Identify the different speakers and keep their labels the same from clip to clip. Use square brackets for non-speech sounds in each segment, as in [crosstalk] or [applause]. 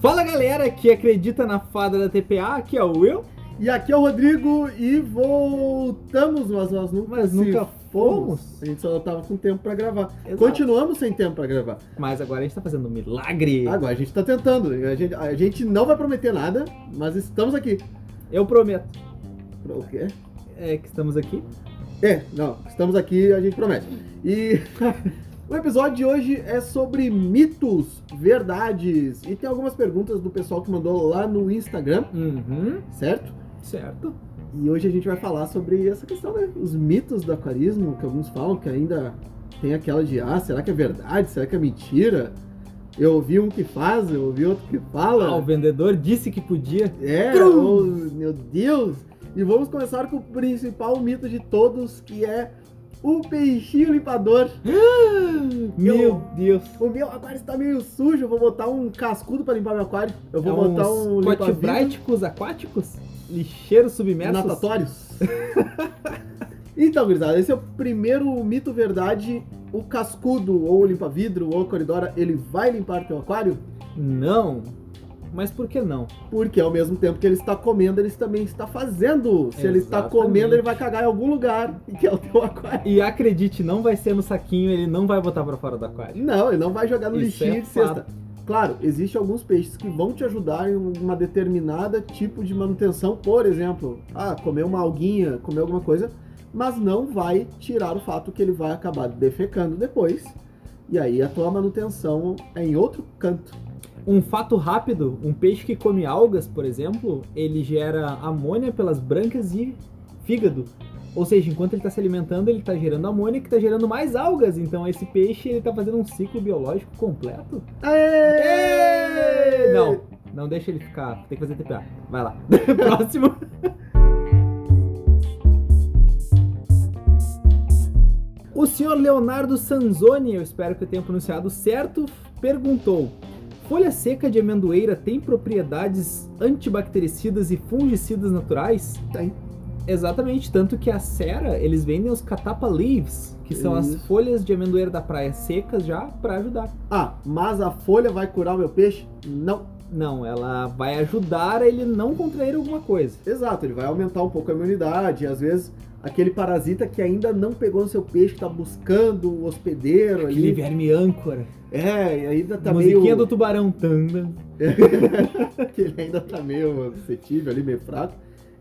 Speaker 1: Fala galera que acredita na fada da TPA, aqui é o Will,
Speaker 2: E aqui é o Rodrigo e voltamos, mas nós nunca,
Speaker 1: mas
Speaker 2: se
Speaker 1: nunca fomos.
Speaker 2: A gente só tava com tempo pra gravar.
Speaker 1: Exato.
Speaker 2: Continuamos sem tempo pra gravar.
Speaker 1: Mas agora a gente tá fazendo um milagre.
Speaker 2: Agora a gente tá tentando. A gente, a gente não vai prometer nada, mas estamos aqui.
Speaker 1: Eu prometo
Speaker 2: O quê?
Speaker 1: é, que estamos aqui.
Speaker 2: É, não, estamos aqui, a gente promete. E [laughs] o episódio de hoje é sobre mitos, verdades. E tem algumas perguntas do pessoal que mandou lá no Instagram,
Speaker 1: Uhum,
Speaker 2: certo?
Speaker 1: certo.
Speaker 2: E hoje a gente vai falar sobre essa questão, né? Os mitos do aquarismo, que alguns falam que ainda tem aquela de, ah, será que é verdade? Será que é mentira? Eu ouvi um que faz, eu ouvi outro que
Speaker 1: Ah, o
Speaker 2: fala.
Speaker 1: vendedor disse que podia.
Speaker 2: É,
Speaker 1: Crum.
Speaker 2: ou- meu Deus! E vamos começar com o principal mito de todos, que é o peixinho limpador.
Speaker 1: Meu Deus.
Speaker 2: O meu aquário está meio sujo, eu vou botar um cascudo para limpar meu aquário. Eu vou
Speaker 1: É
Speaker 2: botar
Speaker 1: uns
Speaker 2: um limpa-vidro.
Speaker 1: cotibraíticos aquáticos? Lixeiros submersos?
Speaker 2: Natatórios? [laughs] então, gurizada, esse é o primeiro mito verdade. O cascudo, ou limpa-vidro, ou coridora, ele vai limpar teu aquário?
Speaker 1: Não. Mas por que não?
Speaker 2: Porque ao mesmo tempo que ele está comendo, ele também está fazendo. Se ele está
Speaker 1: Exatamente.
Speaker 2: comendo, ele vai cagar em algum lugar, que é o teu aquário.
Speaker 1: E acredite, não vai ser no saquinho, ele não vai botar pra fora do aquário.
Speaker 2: Não, ele não vai jogar no
Speaker 1: Isso
Speaker 2: lixinho
Speaker 1: é
Speaker 2: de cesta. Claro, existem alguns peixes que vão te ajudar em uma determinada tipo de manutenção, por exemplo, ah, comer uma alguinha, comer alguma coisa, mas não vai tirar o fato que ele vai acabar defecando depois. E aí a tua manutenção é em outro canto.
Speaker 1: Um fato rápido, um peixe que come algas, por exemplo, ele gera amônia pelas brancas e fígado. Ou seja, enquanto ele está se alimentando, ele está gerando amônia que está gerando mais algas. Então esse peixe ele está fazendo um ciclo biológico completo.
Speaker 2: Aê!
Speaker 1: Não, não deixa ele ficar. Tem que fazer TPA. Vai lá. [laughs] Próximo. O senhor Leonardo Sanzoni, eu espero que eu tenha pronunciado certo, perguntou: Folha seca de amendoeira tem propriedades antibactericidas e fungicidas naturais?
Speaker 2: Tem.
Speaker 1: Exatamente, tanto que a Cera, eles vendem os catapa leaves, que são as
Speaker 2: Isso.
Speaker 1: folhas de amendoeira da praia secas já para ajudar.
Speaker 2: Ah, mas a folha vai curar o meu peixe? Não.
Speaker 1: Não, ela vai ajudar a ele não contrair alguma coisa.
Speaker 2: Exato, ele vai aumentar um pouco a imunidade. Às vezes, aquele parasita que ainda não pegou no seu peixe, tá buscando o hospedeiro
Speaker 1: Aquele
Speaker 2: ali.
Speaker 1: verme âncora.
Speaker 2: É, e ainda tá
Speaker 1: musiquinha
Speaker 2: meio.
Speaker 1: do tubarão. Tanda.
Speaker 2: [laughs] que ele ainda tá meio suscetível ali, meio fraco,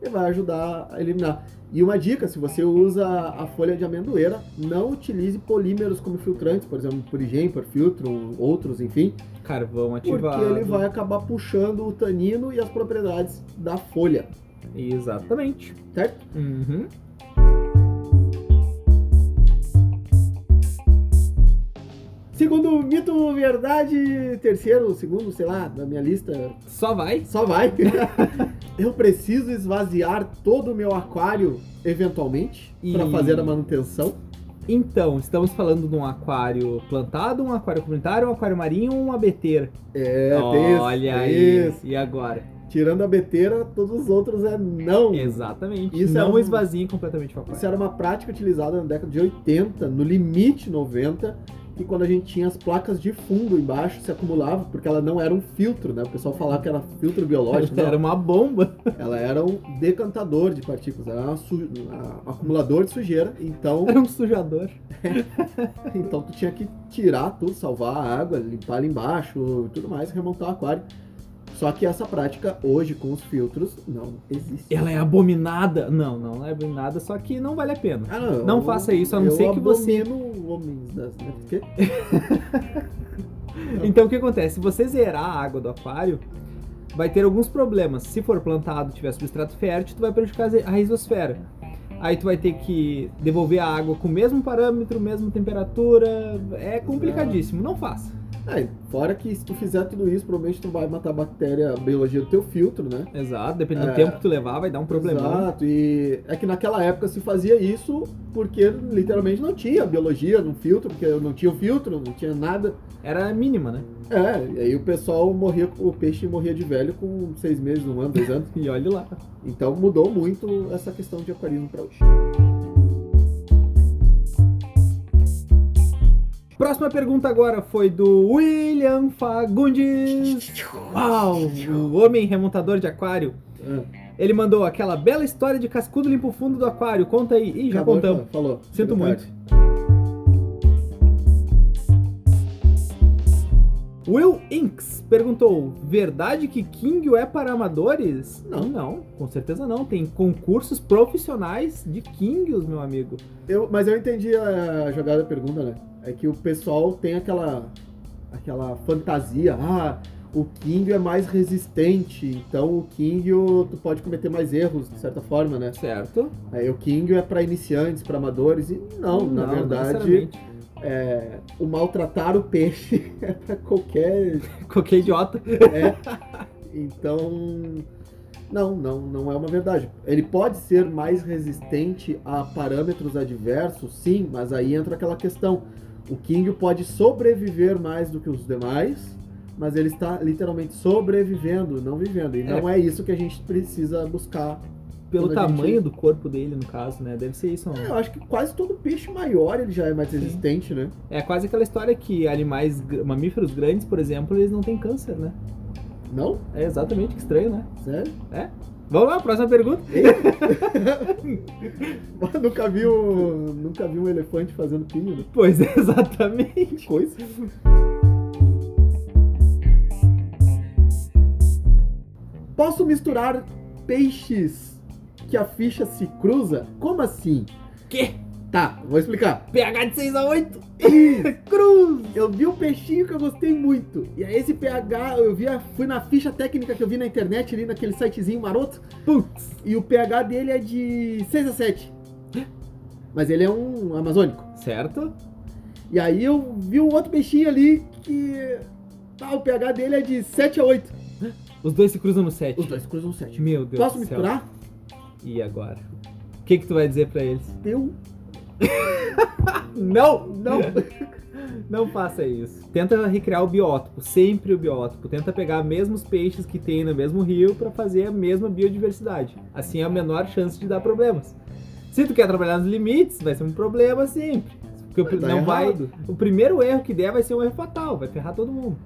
Speaker 2: e vai ajudar a eliminar. E uma dica, se você usa a folha de amendoeira, não utilize polímeros como filtrantes, por exemplo, purigem, perfiltro, outros, enfim,
Speaker 1: Carvão
Speaker 2: porque
Speaker 1: ativado.
Speaker 2: ele vai acabar puxando o tanino e as propriedades da folha,
Speaker 1: Exatamente.
Speaker 2: certo?
Speaker 1: Uhum.
Speaker 2: Segundo mito, verdade, terceiro, segundo, sei lá, da minha lista,
Speaker 1: Só vai.
Speaker 2: só
Speaker 1: [laughs]
Speaker 2: vai. Eu preciso esvaziar todo o meu aquário, eventualmente, pra
Speaker 1: E-
Speaker 2: fazer a manutenção.
Speaker 1: Então, estamos falando de um aquário plantado, um aquário comunitário, um aquário marinho um abeteiro.
Speaker 2: É, tem isso,
Speaker 1: Olha
Speaker 2: tem
Speaker 1: aí.
Speaker 2: isso.
Speaker 1: E agora?
Speaker 2: Tirando a beteira, todos os outros é não.
Speaker 1: Exatamente.
Speaker 2: Isso é
Speaker 1: não
Speaker 2: um-
Speaker 1: esvaziem completamente o aquário.
Speaker 2: Isso era uma prática utilizada na década de 80, no limite 90, que quando a gente tinha as placas de fundo embaixo, se acumulava, porque ela não era um filtro, né? O pessoal falava que era
Speaker 1: [laughs]
Speaker 2: filtro biológico. é né? não.
Speaker 1: Era uma bomba.
Speaker 2: Ela era um decantador de partículas, era uma su- uma- um acumulador de sujeira. Então, [laughs]
Speaker 1: Era um sujador.
Speaker 2: então tu tinha que tirar tudo, salvar a água, limpar ali embaixo, tudo mais, remontar o aquário. Só que essa prática hoje com os filtros não existe.
Speaker 1: Ela é abominada. Não, não é abominada, só que não vale a pena.
Speaker 2: Ah, não,
Speaker 1: Não
Speaker 2: eu-
Speaker 1: faça isso, a não
Speaker 2: eu
Speaker 1: ser que você-
Speaker 2: abomino homens das. Né? Porque
Speaker 1: Então o que acontece? Se você zerar a água do aquário, vai ter alguns problemas. Se for plantado, tiver substrato fértil, tu vai prejudicar a risosfera. Aí tu vai ter que devolver a água com o mesmo parâmetro, mesma temperatura. É complicadíssimo, não faça.
Speaker 2: É, fora que se tu fizer tudo isso, provavelmente tu vai matar a bactéria, a biologia do teu filtro, né?
Speaker 1: Exato, dependendo
Speaker 2: É.
Speaker 1: do tempo que tu levar, vai dar um problemão.
Speaker 2: Exato, e é que naquela época se fazia isso porque literalmente não tinha biologia no filtro, porque não tinha o filtro, não tinha nada.
Speaker 1: Era a mínima, né?
Speaker 2: É, e aí o pessoal morria, o peixe morria de velho com seis meses, um ano, dois anos.
Speaker 1: E olha lá.
Speaker 2: Então mudou muito essa questão
Speaker 1: [laughs]
Speaker 2: de aquarismo pra hoje.
Speaker 1: Próxima pergunta agora foi do William Fagundes.
Speaker 2: É,
Speaker 1: Uau! O homem remontador de aquário.
Speaker 2: Ah,
Speaker 1: Ele mandou aquela bela história de cascudo limpo fundo do aquário. Conta aí. Ih, já
Speaker 2: acabou,
Speaker 1: contamos.
Speaker 2: Falou.
Speaker 1: Sinto
Speaker 2: Verdade.
Speaker 1: Will Inks perguntou: Verdade que Kingyo é para amadores?
Speaker 2: Não.
Speaker 1: Não, com certeza não. Tem concursos profissionais de Kingyos, meu amigo.
Speaker 2: Eu, mas eu entendi a jogada da pergunta, né? É que o pessoal tem aquela aquela fantasia, ah, o King é mais resistente, então o King o- tu pode cometer mais erros de certa forma, né?
Speaker 1: Certo?
Speaker 2: Aí o King é pra iniciantes, pra amadores e não, na verdade,
Speaker 1: necessariamente. [laughs]
Speaker 2: é, o maltratar o peixe [laughs] é pra qualquer,
Speaker 1: Qualquer idiota.
Speaker 2: então não, não, não é uma verdade. Ele pode ser mais resistente a parâmetros adversos, sim, mas aí entra aquela questão. O King pode sobreviver mais do que os demais, mas ele está literalmente sobrevivendo, não vivendo. E não é isso que a gente precisa buscar.
Speaker 1: Pelo
Speaker 2: Quando a gente-
Speaker 1: tamanho do corpo dele, no caso, né? Deve ser isso. não?
Speaker 2: É, eu acho que quase todo peixe maior ele já é mais
Speaker 1: Sim.
Speaker 2: resistente, né?
Speaker 1: É quase aquela história que animais, gr- mamíferos grandes, por exemplo, eles não têm câncer, né?
Speaker 2: Não?
Speaker 1: É exatamente que estranho, né?
Speaker 2: Sério? [laughs]
Speaker 1: Vamos lá, próxima pergunta. [laughs]
Speaker 2: nunca vi um, nunca vi um elefante fazendo pinho, né?
Speaker 1: Pois [laughs] é, exatamente.
Speaker 2: Que coisa. Posso misturar peixes que a ficha se cruza? Como assim?
Speaker 1: Quê?
Speaker 2: Tá, vou
Speaker 1: [laughs]
Speaker 2: explicar.
Speaker 1: pH de 6 a 8. Cruz!
Speaker 2: Eu vi um peixinho que eu gostei muito. E aí esse pH, eu vi, a- fui na ficha técnica que eu vi na internet ali naquele sitezinho maroto.
Speaker 1: Putz.
Speaker 2: E o pH dele é de 6 a 7. Mas ele é um amazônico.
Speaker 1: Certo?
Speaker 2: E aí eu vi um outro peixinho ali que. Ah, o pH dele é de 7 a 8.
Speaker 1: Os dois se cruzam no 7.
Speaker 2: Os dois cruzam 7.
Speaker 1: Meu Deus
Speaker 2: Posso
Speaker 1: do céu.
Speaker 2: misturar?
Speaker 1: E agora? O que, que tu vai dizer pra eles?
Speaker 2: Eu
Speaker 1: Não! [laughs]
Speaker 2: não.
Speaker 1: Não faça isso. Tenta recriar o biótipo, sempre o biótipo. Tenta pegar mesmos peixes que tem no mesmo rio pra fazer a mesma biodiversidade. Assim é a menor chance de dar problemas. Se tu quer trabalhar nos limites, vai ser um problema sempre. Porque o, pri-
Speaker 2: Tá
Speaker 1: não vai,
Speaker 2: errado.
Speaker 1: o primeiro erro que der vai ser um erro fatal, vai ferrar todo mundo.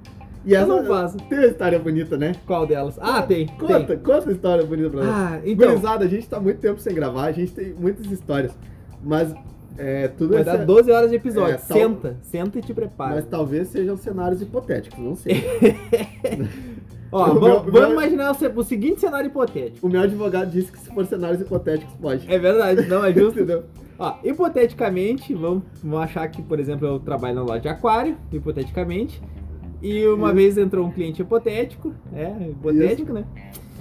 Speaker 2: E
Speaker 1: Eu
Speaker 2: essa
Speaker 1: não faço.
Speaker 2: tem uma história bonita, né?
Speaker 1: Qual delas? Ah, tem.
Speaker 2: Conta,
Speaker 1: tem.
Speaker 2: conta a história bonita pra nós.
Speaker 1: Ah, então.
Speaker 2: Gurizada, a gente tá muito tempo sem gravar, a gente tem muitas histórias. Mas é tudo
Speaker 1: Vai
Speaker 2: essa-
Speaker 1: dar 12 horas de episódio.
Speaker 2: É, tal-
Speaker 1: Senta, senta e te prepara.
Speaker 2: Mas talvez sejam cenários hipotéticos, não sei.
Speaker 1: Ó,
Speaker 2: [laughs] O
Speaker 1: vamos,
Speaker 2: meu-
Speaker 1: vamos
Speaker 2: meu-
Speaker 1: imaginar o se- o seguinte cenário hipotético.
Speaker 2: o meu advogado disse que se for cenários hipotéticos, pode.
Speaker 1: É verdade, não é justo?
Speaker 2: [laughs] Entendeu?
Speaker 1: Ó, hipoteticamente, vamos, vamos achar que, por exemplo, eu trabalho na loja de aquário, hipoteticamente. E uma
Speaker 2: Isso.
Speaker 1: vez entrou um cliente hipotético, é, hipotético, né?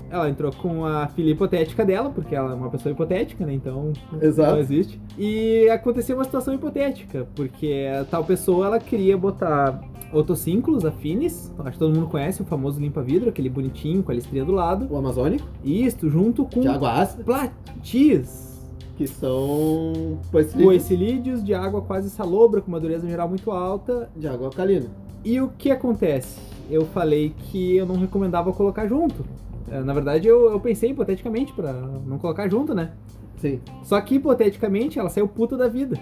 Speaker 1: Ela entrou com a filha hipotética dela, porque ela é uma pessoa hipotética, né? Então
Speaker 2: Exato.
Speaker 1: não existe. E aconteceu uma situação hipotética, porque a tal pessoa ela queria botar otocínculos afines, acho que todo mundo conhece o famoso limpa-vidro, aquele bonitinho com a listrinha do lado.
Speaker 2: O Amazônico,
Speaker 1: Isto junto com
Speaker 2: de água ácida,
Speaker 1: platis,
Speaker 2: que são poecilis
Speaker 1: coecilídeos de água quase salobra, com uma dureza geral muito alta.
Speaker 2: de água alcalina.
Speaker 1: E o que acontece? Eu falei que eu não recomendava colocar junto. Eh, Na verdade, eu, eu pensei hipoteticamente pra não colocar junto, né?
Speaker 2: Sim.
Speaker 1: Só que hipoteticamente ela saiu puta da vida,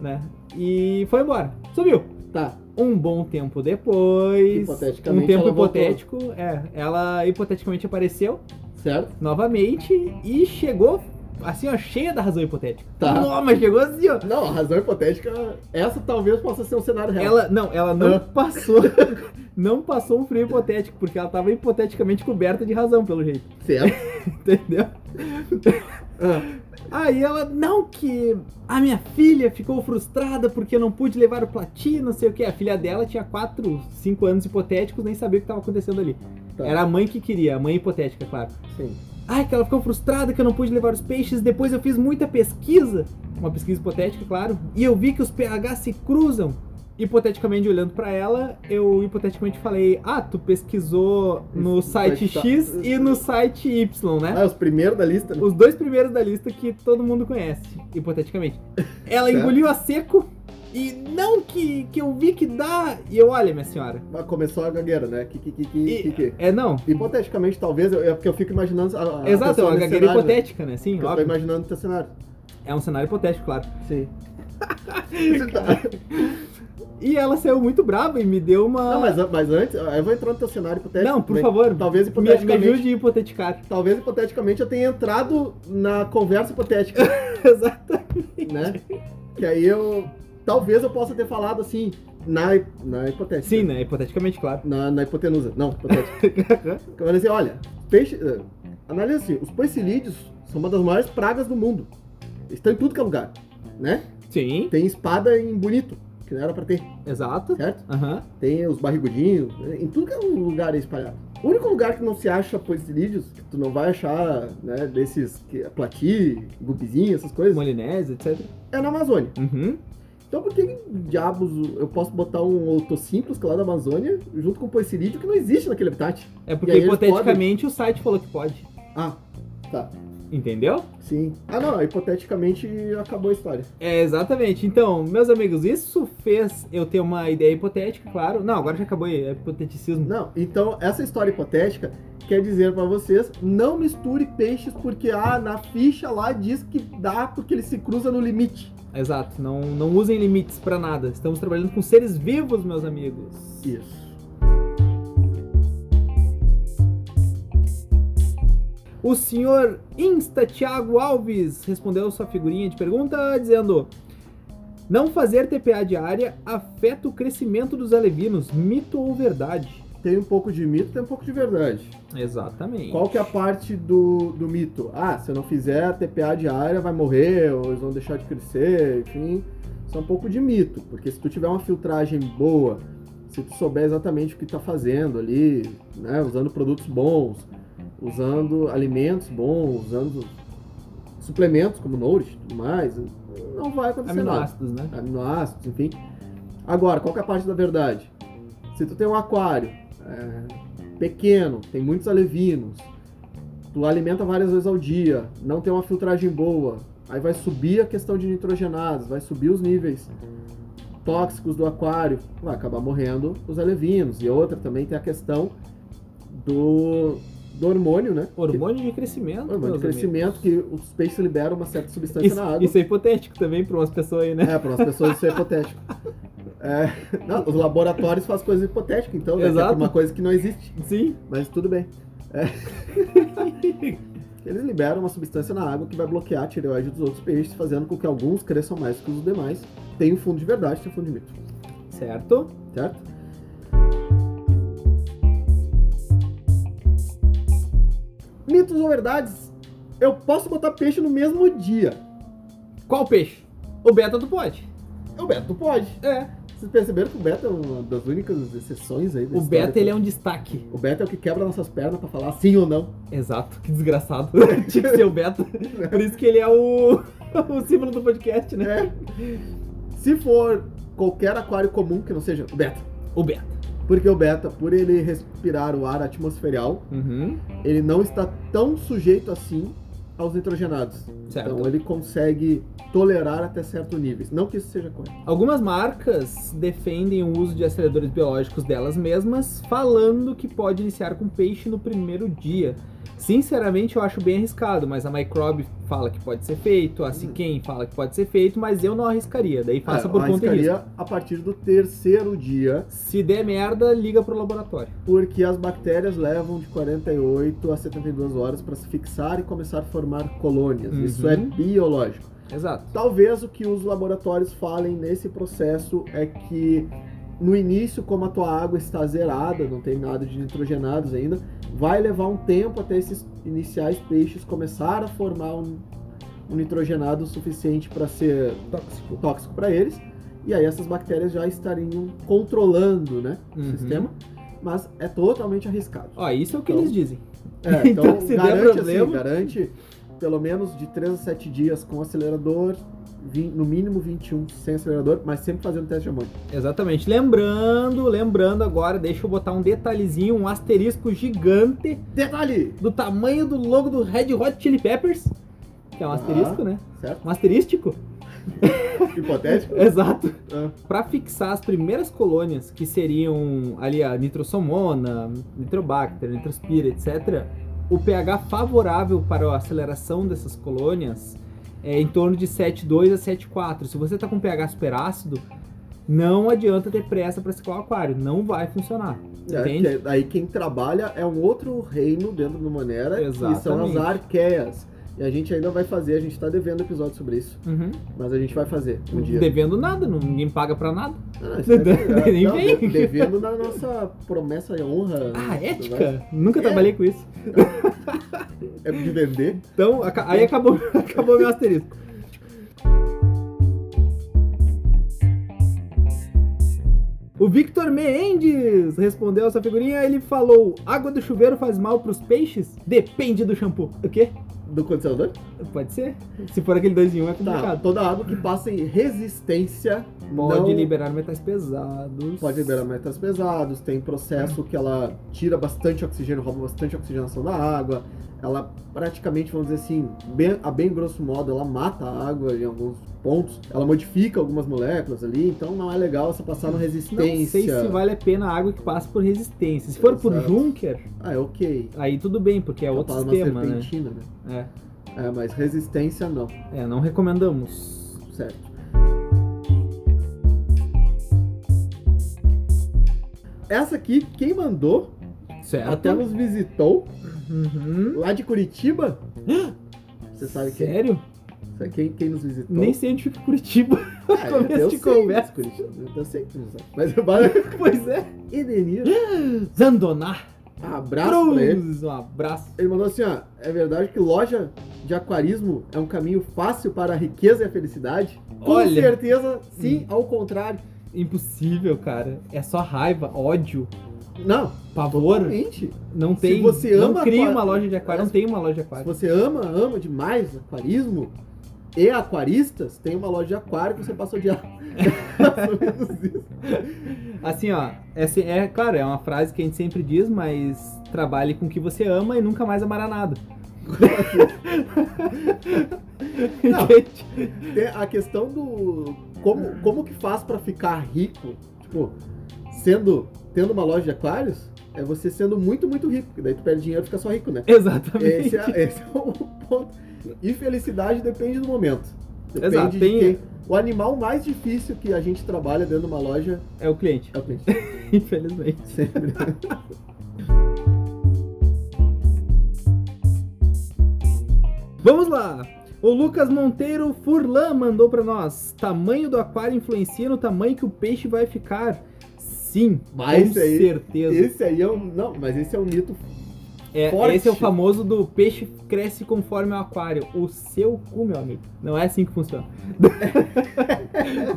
Speaker 1: né? E foi embora. Sumiu.
Speaker 2: Tá,
Speaker 1: Um bom tempo depois.
Speaker 2: Hipoteticamente,
Speaker 1: Um tempo
Speaker 2: ela voltou.
Speaker 1: hipotético. É, ela hipoteticamente apareceu
Speaker 2: certo?
Speaker 1: novamente e chegou assim, ó, cheia da razão hipotética.
Speaker 2: Tá.
Speaker 1: Não, mas chegou assim, ó.
Speaker 2: Não, a razão hipotética, essa talvez possa ser um cenário real.
Speaker 1: Ela, não, ela não
Speaker 2: Ah.
Speaker 1: passou. [laughs] Não passou um frio hipotético, porque ela tava hipoteticamente coberta de razão, pelo jeito. [laughs]
Speaker 2: Certo.
Speaker 1: Entendeu?
Speaker 2: é. Ah,
Speaker 1: Aí ela, não que a minha filha ficou frustrada porque eu não pude levar o platino, não sei o que. A filha dela tinha 4, 5 anos hipotéticos, nem sabia o que estava acontecendo ali.
Speaker 2: Tá.
Speaker 1: Era a mãe que queria, a mãe hipotética, claro.
Speaker 2: sim.
Speaker 1: Ai, que ela ficou frustrada que eu não pude levar os peixes. Depois eu fiz muita pesquisa, uma pesquisa hipotética, claro, e eu vi que os pH se cruzam. Hipoteticamente olhando pra ela, eu hipoteticamente falei: "Ah, tu pesquisou no
Speaker 2: Isso,
Speaker 1: site
Speaker 2: vai tá-
Speaker 1: X e no site Y, né?"
Speaker 2: Ah, os primeiros da lista. né?
Speaker 1: Os dois primeiros da lista que todo mundo conhece, hipoteticamente. Ela
Speaker 2: Certo.
Speaker 1: engoliu a seco e não que, que eu vi que dá. E eu, olha, minha senhora.
Speaker 2: Ah, Começou a gagueira, né? Que, que, que, que,
Speaker 1: E-
Speaker 2: que, que.
Speaker 1: É não.
Speaker 2: Hipoteticamente, talvez, eu- é porque eu fico imaginando. A, a
Speaker 1: Exato, é
Speaker 2: pessoa
Speaker 1: uma
Speaker 2: Ah, nesse
Speaker 1: gagueira
Speaker 2: cenário, né?
Speaker 1: hipotética, né? Sim,
Speaker 2: Eu tô
Speaker 1: óbvio.
Speaker 2: imaginando o
Speaker 1: [laughs]
Speaker 2: teu cenário.
Speaker 1: É um cenário hipotético, claro.
Speaker 2: Sim.
Speaker 1: E ela saiu muito brava e me deu uma.
Speaker 2: Não, mas, mas antes, eu vou entrar no teu cenário hipotético.
Speaker 1: Não, por
Speaker 2: também.
Speaker 1: favor.
Speaker 2: Talvez
Speaker 1: me, me
Speaker 2: hipoteticamente.
Speaker 1: ajude a
Speaker 2: [laughs]
Speaker 1: hipotecar.
Speaker 2: Talvez hipoteticamente eu tenha entrado na
Speaker 1: [laughs]
Speaker 2: conversa hipotética,
Speaker 1: Exatamente.
Speaker 2: né? Que aí eu. Talvez eu possa ter falado assim, na, hi- na hipotética.
Speaker 1: Sim, né? Hipoteticamente,
Speaker 2: [laughs]
Speaker 1: claro.
Speaker 2: Na, na hipotenusa. Não, hipotética. eu falei assim, olha, peixe. eh, Analisa assim, os poecilídeos são uma das maiores pragas do mundo. Eles Estão em tudo que é lugar, né?
Speaker 1: Sim,
Speaker 2: Tem espada em bonito, que não era pra ter,
Speaker 1: exato.
Speaker 2: certo?
Speaker 1: Aham.
Speaker 2: Tem os barrigudinhos, né? em tudo que é um lugar é espalhado. O único lugar que não se acha poecilídeos, que tu não vai achar, né, desses que, plati, gubizinho, essas coisas,
Speaker 1: Molinese, etc.
Speaker 2: é na Amazônia.
Speaker 1: Uhum.
Speaker 2: Então por que diabos eu posso botar um otossínclus lá da Amazônia junto com um poecilídeo que não existe naquele habitat?
Speaker 1: É
Speaker 2: E
Speaker 1: porque
Speaker 2: aí eles
Speaker 1: hipoteticamente o site falou que pode.
Speaker 2: Ah, tá.
Speaker 1: Entendeu?
Speaker 2: Sim. Ah não, hipoteticamente acabou a história.
Speaker 1: É, exatamente. Então, meus amigos, isso fez eu ter uma ideia hipotética, claro. Não, agora já acabou aí, é hipoteticismo.
Speaker 2: Não, então essa história hipotética quer dizer pra vocês, não misture peixes porque ah, na ficha lá diz que dá porque ele se cruza no limite.
Speaker 1: Exato, não, não usem limites pra nada. Estamos trabalhando com seres vivos, meus amigos.
Speaker 2: Isso.
Speaker 1: O senhor Insta Thiago Alves respondeu sua figurinha de pergunta dizendo: Não fazer TPA diária afeta o crescimento dos alevinos, mito ou verdade?
Speaker 2: Tem um pouco de mito, tem um pouco de verdade.
Speaker 1: Exatamente.
Speaker 2: Qual que é a parte do, do mito? Ah, se eu não fizer a TPA diária vai morrer, ou eles vão deixar de crescer, enfim. Isso é um pouco de mito, porque se tu tiver uma filtragem boa, se tu souber exatamente o que tá fazendo ali, né, usando produtos bons, usando alimentos bons, usando suplementos como Nourish e tudo mais, não vai acontecer nada
Speaker 1: Aminoácidos, né?
Speaker 2: aminoácidos, Ah, enfim. Agora, qual que é a parte da verdade? Se tu tem um aquário é, pequeno, tem muitos alevinos, tu alimenta várias vezes ao dia, não tem uma filtragem boa, aí vai subir a questão de nitrogenados, vai subir os níveis tóxicos do aquário, vai acabar morrendo os alevinos. E outra também tem a questão do, do hormônio, né?
Speaker 1: Hormônio de crescimento.
Speaker 2: Que- hormônio de
Speaker 1: meus amigos.
Speaker 2: crescimento, que os peixes liberam uma certa substância
Speaker 1: Isso,
Speaker 2: na água.
Speaker 1: isso é hipotético também para umas pessoas aí, né?
Speaker 2: É, para as pessoas isso é hipotético. É, não, os laboratórios fazem coisas hipotéticas, então, né? que É
Speaker 1: Exato.
Speaker 2: uma coisa que não existe.
Speaker 1: Sim.
Speaker 2: Mas tudo bem. Eles liberam uma substância na água que vai bloquear a tireoide dos outros peixes, fazendo com que alguns cresçam mais que os demais. Tem um fundo de verdade, tem um fundo de mito,
Speaker 1: [laughs] Certo?
Speaker 2: certo? Mitos ou verdades? Eu posso botar peixe no mesmo dia.
Speaker 1: Qual peixe? O beta do pote.
Speaker 2: O Beto pode.
Speaker 1: É.
Speaker 2: Vocês perceberam que o Beto é uma das únicas exceções aí da
Speaker 1: O
Speaker 2: história,
Speaker 1: beta, ele é um destaque.
Speaker 2: O Beto é o que quebra nossas pernas pra falar sim ou não.
Speaker 1: Exato, que desgraçado. [laughs] Tinha que ser o beta. Por isso que ele é o, [laughs] o símbolo do podcast, né?
Speaker 2: É. Se for qualquer aquário comum que não seja o Beta.
Speaker 1: O beta.
Speaker 2: Porque o Beta, por ele respirar o ar atmosferial,
Speaker 1: Uhum.
Speaker 2: ele não está tão sujeito assim aos nitrogenados.
Speaker 1: Certo.
Speaker 2: Então ele consegue tolerar até certo nível. Não que isso seja correto.
Speaker 1: Algumas marcas defendem o uso de aceleradores biológicos delas mesmas, falando que pode iniciar com peixe no primeiro dia. Sinceramente, eu acho bem arriscado, mas a Microbe fala que pode ser feito, a Siquem fala que pode ser feito, mas eu não arriscaria. Daí faça
Speaker 2: É,
Speaker 1: por
Speaker 2: eu
Speaker 1: conta e risco.
Speaker 2: arriscaria a partir do terceiro dia,
Speaker 1: Se der merda, liga pro laboratório.
Speaker 2: porque as bactérias levam de 48 a 72 horas para se fixar e começar a formar colônias.
Speaker 1: Uhum.
Speaker 2: Isso é biológico.
Speaker 1: Exato.
Speaker 2: Talvez o que os laboratórios falem nesse processo é que no início, como a tua água está zerada, não tem nada de nitrogenados ainda, vai levar um tempo até esses iniciais peixes começar a formar um, um nitrogenado suficiente para ser tóxico, tóxico para eles. E aí essas bactérias já estariam controlando, né, o
Speaker 1: Uhum.
Speaker 2: sistema, mas é totalmente arriscado.
Speaker 1: Ó, isso é o que
Speaker 2: Então-
Speaker 1: eles dizem.
Speaker 2: É, [laughs] então,
Speaker 1: Então, se der
Speaker 2: garante,
Speaker 1: problema-
Speaker 2: assim, garante pelo menos de 3 a 7 dias com acelerador, vin- no mínimo 21 sem acelerador, mas sempre fazendo teste de amônia.
Speaker 1: Exatamente. Lembrando, lembrando agora, deixa eu botar um detalhezinho, um asterisco gigante
Speaker 2: Detalhe!
Speaker 1: do tamanho do logo do Red Hot Chili Peppers. Que é um
Speaker 2: Tá.
Speaker 1: asterisco, né?
Speaker 2: Certo? [laughs]
Speaker 1: Um asterístico?
Speaker 2: Hipotético?
Speaker 1: [laughs] Exato.
Speaker 2: Ah.
Speaker 1: Pra fixar as primeiras colônias, que seriam ali a nitrosomona, nitrobacter, nitrospira, etc., o pH favorável para a aceleração dessas colônias é em torno de 7,2 a 7,4. Se você tá com pH superácido, Não adianta ter pressa para secar o aquário, não vai funcionar.
Speaker 2: É,
Speaker 1: Entende?
Speaker 2: que- aí quem trabalha é um outro reino dentro do Monera, que são as
Speaker 1: Exatamente.
Speaker 2: arqueias. E a gente ainda vai fazer, a gente tá devendo episódio sobre isso,
Speaker 1: Uhum.
Speaker 2: mas a gente vai fazer um dia.
Speaker 1: Devendo nada, não- ninguém paga pra nada. [laughs]
Speaker 2: Ah, isso é verdade.
Speaker 1: Nem
Speaker 2: Não,
Speaker 1: vem.
Speaker 2: de- devendo na nossa promessa e honra.
Speaker 1: Ah,
Speaker 2: né?
Speaker 1: ética? Nunca
Speaker 2: É.
Speaker 1: trabalhei com isso.
Speaker 2: É de vender.
Speaker 1: Então, aca- aí acabou, [laughs] acabou meu asterisco. O Victor Mendes respondeu essa figurinha. Ele falou: Água do chuveiro faz mal pros peixes? Depende do shampoo. O quê?
Speaker 2: Do condicionador?
Speaker 1: Pode ser. Se for aquele 2 em 1, um, é
Speaker 2: Tá,
Speaker 1: complicado.
Speaker 2: toda água que passa em resistência
Speaker 1: Pode
Speaker 2: não-
Speaker 1: liberar metais pesados.
Speaker 2: Pode liberar metais pesados, tem processo que ela tira bastante oxigênio, rouba bastante oxigenação da água. Ela praticamente, vamos dizer assim, bem- a bem grosso modo, ela mata a água em alguns pontos. Ela modifica algumas moléculas ali, então não é legal você passar na
Speaker 1: Não
Speaker 2: resistência.
Speaker 1: sei se vale a pena a água que passa por resistência. Se for por
Speaker 2: Exato.
Speaker 1: Junker,
Speaker 2: Ah, é ok.
Speaker 1: aí tudo bem, porque é outro
Speaker 2: Ela fala
Speaker 1: sistema,
Speaker 2: uma
Speaker 1: né?
Speaker 2: serpentina, né? É, mas resistência não,
Speaker 1: É, não recomendamos.
Speaker 2: certo. Essa aqui, quem mandou,
Speaker 1: Certo.
Speaker 2: até nos visitou,
Speaker 1: Uhum.
Speaker 2: Lá de Curitiba? Você sabe quem?
Speaker 1: Sério?
Speaker 2: Sabe quem, quem nos visitou?
Speaker 1: Nem sei onde fica
Speaker 2: [laughs]
Speaker 1: Curitiba.
Speaker 2: Ah, eu-
Speaker 1: começo
Speaker 2: eu
Speaker 1: de
Speaker 2: sei
Speaker 1: conversa.
Speaker 2: de Curitiba. Eu sei que não sabe. Mas eu falo.
Speaker 1: [laughs] pois é.
Speaker 2: Edenir,
Speaker 1: Zandonar.
Speaker 2: abraço pra ele.
Speaker 1: Cruz, um abraço.
Speaker 2: Ele mandou assim: ó, é verdade que loja de aquarismo é um caminho fácil para a riqueza e a felicidade? Com
Speaker 1: Olha.
Speaker 2: certeza, sim, ao contrário.
Speaker 1: Impossível, cara. É só raiva, ódio,
Speaker 2: Não,
Speaker 1: pavor.
Speaker 2: gente,
Speaker 1: Não tem.
Speaker 2: você
Speaker 1: não
Speaker 2: ama
Speaker 1: cria
Speaker 2: aquário-
Speaker 1: uma loja de aquário, não tem uma loja de
Speaker 2: se
Speaker 1: aquário.
Speaker 2: você ama, ama demais aquarismo e aquaristas, tem uma loja de aquário que você passa a odiar. [laughs] Mais ou menos isso.
Speaker 1: Assim, ó, é, se- é claro, é uma frase que a gente sempre diz, mas trabalhe com o que você ama e nunca mais amará
Speaker 2: [laughs]
Speaker 1: nada. [laughs]
Speaker 2: Não.
Speaker 1: Entende?
Speaker 2: Tem a questão do como, como que faz pra ficar rico, tipo, sendo tendo uma loja de aquários, é você sendo muito, muito rico, porque daí tu perde dinheiro e fica só rico, né?
Speaker 1: Exatamente.
Speaker 2: Esse é, esse é o ponto. E felicidade depende do momento. Depende
Speaker 1: Exato,
Speaker 2: de
Speaker 1: tem- é.
Speaker 2: quem. O animal mais difícil que a gente trabalha dentro de uma loja
Speaker 1: É o cliente,
Speaker 2: é o cliente.
Speaker 1: infelizmente.
Speaker 2: Sempre.
Speaker 1: [laughs] Vamos lá! O Lucas Monteiro Furlan mandou pra nós. Tamanho do aquário influencia no tamanho que o peixe vai ficar? Sim,
Speaker 2: Mas
Speaker 1: com
Speaker 2: esse aí-
Speaker 1: certeza.
Speaker 2: Esse aí é um. Não, mas esse é um mito.
Speaker 1: É,
Speaker 2: forte.
Speaker 1: esse é o famoso do peixe cresce conforme o aquário. O seu cu, meu amigo. Não é assim que
Speaker 2: [laughs]
Speaker 1: funciona.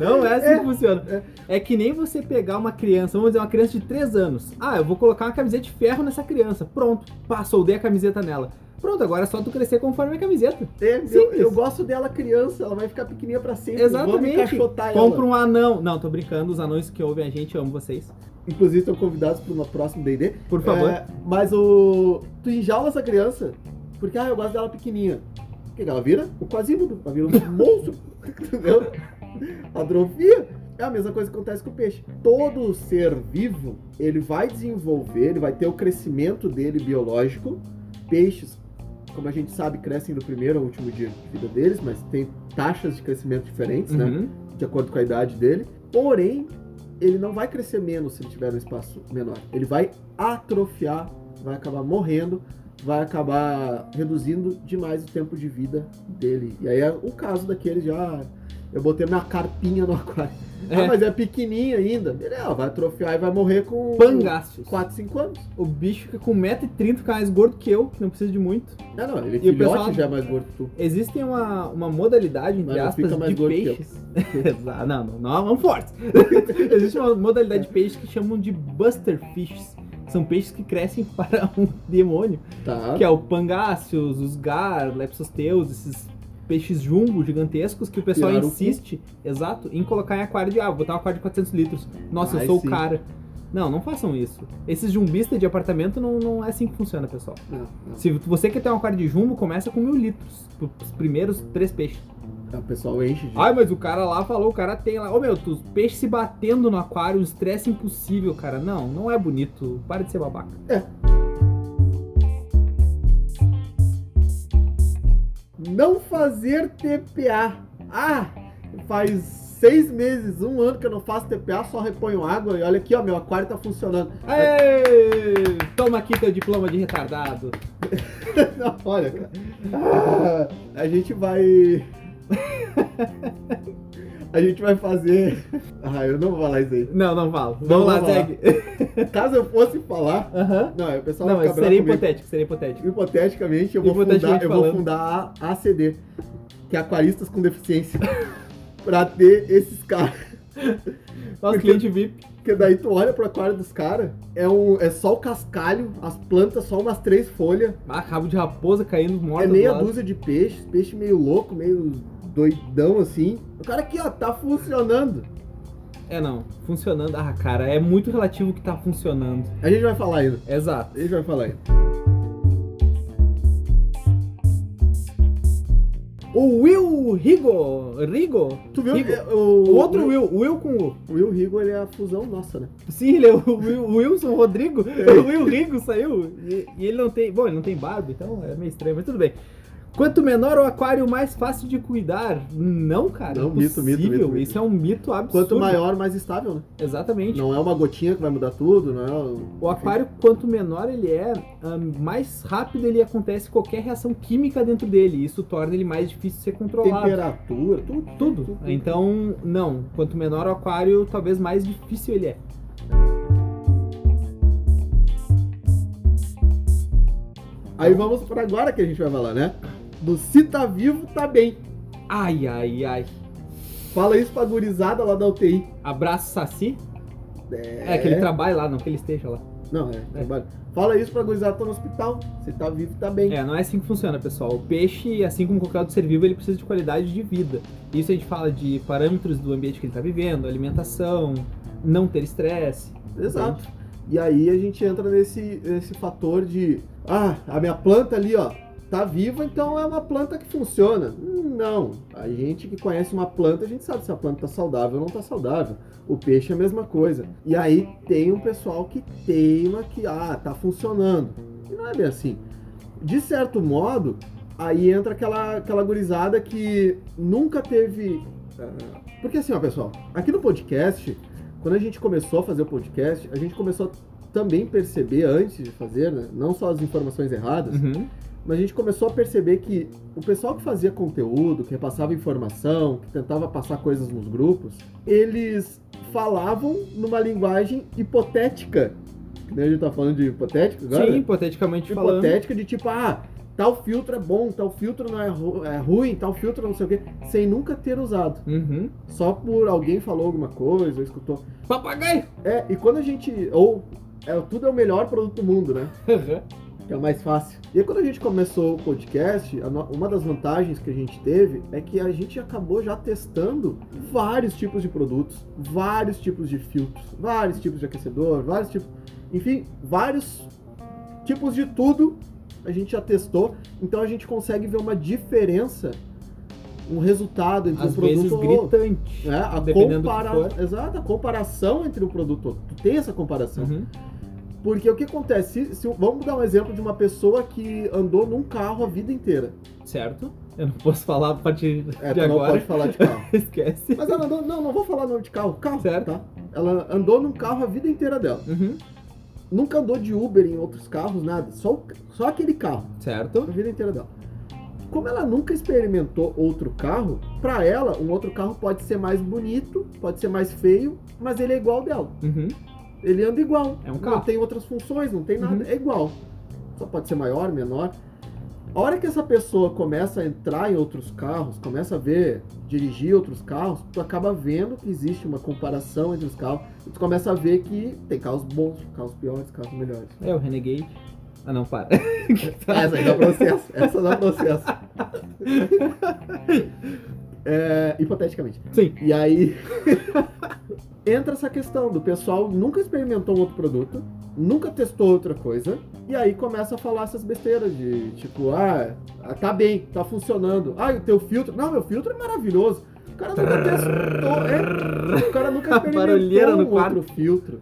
Speaker 1: Não é assim que funciona. É que nem você pegar uma criança, vamos dizer, uma criança de 3 anos. Ah, eu vou colocar uma camiseta de ferro nessa criança. Pronto, pá, soldei a camiseta nela. Pronto, agora é só tu crescer conforme a camiseta.
Speaker 2: É, eu,
Speaker 1: Simples.
Speaker 2: eu gosto dela criança, ela vai ficar pequenininha pra sempre. Vamos
Speaker 1: Exatamente.
Speaker 2: encaixotar ela.
Speaker 1: Compra um anão. Não, tô brincando, os anões que ouvem a gente, eu amo vocês.
Speaker 2: um- Inclusive, estão convidados para uma próxima D&D.
Speaker 1: Por favor.
Speaker 2: É, mas o. Tu enjaula essa criança porque, ah, eu gosto dela pequenininha. O que que ela vira? O Quasimodo. Ela vira
Speaker 1: [laughs]
Speaker 2: um monstro. Entendeu? Atrofia. É a mesma coisa que acontece com o peixe. Todo ser vivo, ele vai desenvolver, ele vai ter o crescimento dele biológico. Peixes, como a gente sabe, crescem do primeiro ao último dia de vida deles, mas tem taxas de crescimento diferentes, né?
Speaker 1: Uhum.
Speaker 2: de acordo com a idade dele. Porém, ele não vai crescer menos se ele tiver um espaço menor. Ele vai atrofiar, vai acabar morrendo, vai acabar reduzindo demais o tempo de vida dele. E aí é o caso daquele já. Eu botei minha carpinha no aquário.
Speaker 1: É.
Speaker 2: Ah, mas é pequenininha ainda. Beleza, vai atrofiar e vai morrer com.
Speaker 1: Pangastos.
Speaker 2: 4, 5 anos.
Speaker 1: O bicho fica com 1,30m, fica mais gordo que eu, que não precisa de muito.
Speaker 2: Não, não, ele é
Speaker 1: E o
Speaker 2: filhote
Speaker 1: pessoal-
Speaker 2: já é mais gordo que tu.
Speaker 1: Existe uma, uma modalidade,
Speaker 2: Mas
Speaker 1: entre
Speaker 2: não
Speaker 1: aspas,
Speaker 2: fica mais
Speaker 1: de
Speaker 2: gordo que eu.
Speaker 1: peixes. [laughs] Exato. Não, não, não, vamos forte.
Speaker 2: [laughs]
Speaker 1: Existe uma modalidade de peixes que chamam de buster fishes. São peixes que crescem [laughs] para um demônio.
Speaker 2: Tá.
Speaker 1: Que é o pangáceos, os gar, lepsosteus, esses peixes jumbo gigantescos que o pessoal
Speaker 2: Pirarucu.
Speaker 1: insiste, exato, em colocar em aquário de água, botar um aquário de 400 litros. Nossa,
Speaker 2: Ai,
Speaker 1: eu sou
Speaker 2: Ah, sim.
Speaker 1: o cara. Não, não façam isso. Esses jumbistas de apartamento não, não é assim que funciona, pessoal.
Speaker 2: Não, não.
Speaker 1: Se você quer ter um aquário de jumbo, começa com mil litros. Os primeiros três peixes.
Speaker 2: O pessoal enche de.
Speaker 1: Ai, mas o cara lá falou, o cara tem lá. Ô meu, tu- os peixes se batendo no aquário, um estresse impossível, cara. Não, não é bonito. Para de ser babaca.
Speaker 2: Não fazer TPA. Ah, faz seis meses, um ano que eu não faço TPA, só reponho água e olha aqui, ó, meu aquário tá funcionando. [laughs]
Speaker 1: Aê! Toma aqui teu diploma de retardado.
Speaker 2: Não, olha, cara. Ah, a gente vai. [laughs] A gente vai fazer. Ah, eu não vou falar isso aí.
Speaker 1: Não, não falo. Vamos
Speaker 2: Não,
Speaker 1: lá,
Speaker 2: vamos lá.
Speaker 1: segue.
Speaker 2: Caso eu fosse falar.
Speaker 1: Aham. [laughs]
Speaker 2: Não, aí o pessoal
Speaker 1: Não,
Speaker 2: vai
Speaker 1: mas
Speaker 2: ficar bravo
Speaker 1: seria
Speaker 2: comigo.
Speaker 1: hipotético, seria
Speaker 2: [laughs]
Speaker 1: hipotético.
Speaker 2: Hipoteticamente, eu vou,
Speaker 1: Hipoteticamente
Speaker 2: fundar, eu vou
Speaker 1: falando.
Speaker 2: fundar a ACD, que é Aquaristas com Deficiência, [laughs] pra ter esses caras.
Speaker 1: Nosso
Speaker 2: Porque-
Speaker 1: cliente VIP.
Speaker 2: Porque daí tu olha pro aquário dos caras, é, um, é só o cascalho, as plantas, só umas três folhas,
Speaker 1: Ah, rabo de raposa caindo morto.
Speaker 2: é
Speaker 1: do
Speaker 2: meia
Speaker 1: lado.
Speaker 2: dúzia de peixes, peixe meio louco, meio doidão assim. O cara aqui, ó, tá funcionando.
Speaker 1: É não, funcionando. Ah, cara, é muito relativo o que tá funcionando.
Speaker 2: A gente vai falar ainda.
Speaker 1: Exato.
Speaker 2: A gente vai falar ainda.
Speaker 1: O Will Rigo. Rigo?
Speaker 2: Tu viu
Speaker 1: Rigo.
Speaker 2: é,
Speaker 1: O outro Will, o Will com o.
Speaker 2: O Will Rigo, ele é a fusão nossa, né?
Speaker 1: Sim, ele é o, Will- o Wilson
Speaker 2: [laughs]
Speaker 1: Rodrigo. O Will Rigo saiu. E, e ele não tem. Bom, ele não tem barba, então é meio estranho, mas tudo bem. Quanto menor o aquário, mais fácil de cuidar. Não, cara.
Speaker 2: Não, mito, mito,
Speaker 1: impossível.
Speaker 2: mito, mito.
Speaker 1: Isso é um mito absurdo.
Speaker 2: Quanto maior, mais estável, né?
Speaker 1: Exatamente.
Speaker 2: Não é uma gotinha que vai mudar tudo, não é um-
Speaker 1: O aquário, quanto menor ele é, ah, mais rápido ele acontece qualquer reação química dentro dele. Isso torna ele mais difícil de ser controlado.
Speaker 2: temperatura, tudo.
Speaker 1: Tudo. Então, não. Quanto menor o aquário, talvez mais difícil ele é.
Speaker 2: Aí vamos pra agora que a gente vai falar, né? Do se tá vivo, tá bem.
Speaker 1: Ai, ai, ai.
Speaker 2: Fala isso pra gurizada lá da UTI.
Speaker 1: Abraço, Saci. É, que ele trabalhe lá, não que ele esteja lá.
Speaker 2: Não, é, trabalho. Fala isso pra gurizada que tá no hospital. Se tá vivo, tá bem.
Speaker 1: É, não é assim que funciona, pessoal. O peixe, assim como qualquer outro ser vivo, ele precisa de qualidade de vida. Isso a gente fala de parâmetros do ambiente que ele está vivendo, alimentação, não ter estresse.
Speaker 2: Exato. E aí a gente entra nesse, nesse fator de. Ah, a minha planta ali, ó, tá viva, então é uma planta que funciona. Hum, Não. A gente que conhece uma planta, a gente sabe se a planta tá saudável ou não tá saudável. O peixe é a mesma coisa. E aí tem um pessoal que teima que, ah, tá funcionando. E não é bem assim. De certo modo, aí entra aquela, aquela gurizada que nunca teve. ah, Porque assim, ó, pessoal, aqui no podcast, quando a gente começou a fazer o podcast, a gente começou a também perceber antes de fazer, né? Não só as informações erradas,
Speaker 1: Uhum.
Speaker 2: mas a gente começou a perceber que o pessoal que fazia conteúdo, que repassava informação, que tentava passar coisas nos grupos, eles falavam numa linguagem hipotética. Que nem a gente tá falando de hipotético agora?
Speaker 1: Sim,
Speaker 2: né?
Speaker 1: hipoteticamente falando.
Speaker 2: hipotética de tipo, ah, tal filtro é bom, tal filtro não é, ru- é ruim, tal filtro não sei o quê, sem nunca ter usado.
Speaker 1: Uhum.
Speaker 2: Só por alguém falou alguma coisa, ou escutou.
Speaker 1: Papagaio!
Speaker 2: É, e quando a gente. Ou é, tudo é o melhor produto do mundo, né? Que é o mais fácil. E aí, quando a gente começou o podcast, a no- uma das vantagens que a gente teve é que a gente acabou já testando vários tipos de produtos, vários tipos de filtros, vários tipos de aquecedor, vários tipos. Enfim, vários tipos de tudo a gente já testou. Então a gente consegue ver uma diferença, um resultado entre
Speaker 1: [laughs] Às
Speaker 2: um produto
Speaker 1: vezes
Speaker 2: ou outro.
Speaker 1: gritante.
Speaker 2: É, a
Speaker 1: Dependendo do
Speaker 2: compara...
Speaker 1: que
Speaker 2: Exato, a comparação entre o produto. outro. Tu tem essa comparação.
Speaker 1: Uhum.
Speaker 2: Porque o que acontece? Se, se- vamos dar um exemplo de uma pessoa que andou num carro a vida inteira.
Speaker 1: Certo? Eu não posso falar a partir
Speaker 2: É,
Speaker 1: de
Speaker 2: tu não
Speaker 1: agora.
Speaker 2: pode falar de carro.
Speaker 1: [laughs] Esquece.
Speaker 2: Mas ela andou. Não, não vou falar nome de carro. Carro,
Speaker 1: Certo.
Speaker 2: tá? Ela andou num carro a vida inteira dela.
Speaker 1: Uhum.
Speaker 2: Nunca andou de Uber em outros carros, nada. Só, o- só aquele carro. A
Speaker 1: Certo?
Speaker 2: vida inteira dela. Como ela nunca experimentou outro carro, pra ela, um outro carro pode ser mais bonito, pode ser mais feio, mas ele é igual ao dela.
Speaker 1: Uhum.
Speaker 2: Ele anda igual.
Speaker 1: É um
Speaker 2: Não
Speaker 1: carro.
Speaker 2: tem outras funções, não tem nada.
Speaker 1: Uhum.
Speaker 2: É igual. Só pode ser maior, menor. A hora que essa pessoa começa a entrar em outros carros, começa a ver, dirigir outros carros, tu acaba vendo que existe uma comparação entre os carros. E tu começa a ver que tem carros bons, carros piores, carros
Speaker 1: [laughs]
Speaker 2: melhores.
Speaker 1: É o Renegade. Ah, não, para. [laughs]
Speaker 2: Essa aí dá processo. Essa dá processo. É, hipoteticamente.
Speaker 1: Sim.
Speaker 2: E aí [laughs] entra essa questão do pessoal nunca experimentou um outro produto, nunca testou outra coisa, e aí começa a falar essas besteiras de tipo, ah, tá bem, tá funcionando. Ah, e o teu filtro. Não, meu filtro é maravilhoso. O cara nunca testou. É, o cara
Speaker 1: [laughs]
Speaker 2: nunca
Speaker 1: A
Speaker 2: experimentou
Speaker 1: barulheira no
Speaker 2: um outro filtro.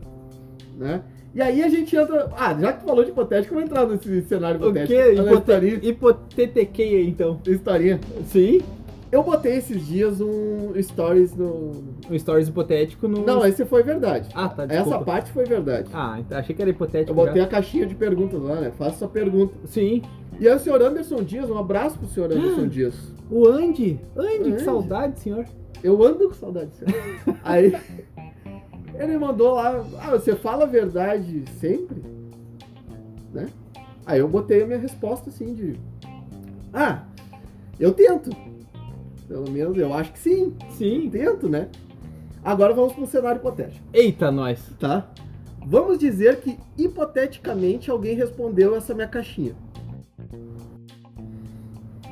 Speaker 2: Né? E aí a gente entra. Ah, já que tu falou de hipotético, eu vou entrar nesse cenário
Speaker 1: O
Speaker 2: hipotético.
Speaker 1: quê?
Speaker 2: Olha a
Speaker 1: Hipote-
Speaker 2: historinha-
Speaker 1: Hipotetequei então.
Speaker 2: Historinha.
Speaker 1: Sim?
Speaker 2: Eu botei esses dias um stories no.
Speaker 1: Um stories hipotético no.
Speaker 2: Não, esse foi verdade.
Speaker 1: Ah, tá, desculpa.
Speaker 2: Essa parte foi verdade.
Speaker 1: Ah, então achei que era
Speaker 2: Eu
Speaker 1: hipotético. já.
Speaker 2: botei a caixinha de perguntas lá, né? Faça sua pergunta.
Speaker 1: Sim.
Speaker 2: E aí o senhor Anderson Dias, um abraço pro senhor Anderson Dias.
Speaker 1: O Andy. Andy, que
Speaker 2: Andy.
Speaker 1: saudade, senhor.
Speaker 2: Eu ando com saudade do senhor. Aí ele mandou lá, ah, você fala a verdade sempre? Né? Aí eu botei a minha resposta assim de. Ah, eu tento. Pelo menos eu acho que sim,
Speaker 1: Sim.
Speaker 2: tento, né? Agora vamos para um cenário hipotético,
Speaker 1: Eita, nós.
Speaker 2: tá? Vamos dizer que hipoteticamente alguém respondeu essa minha caixinha.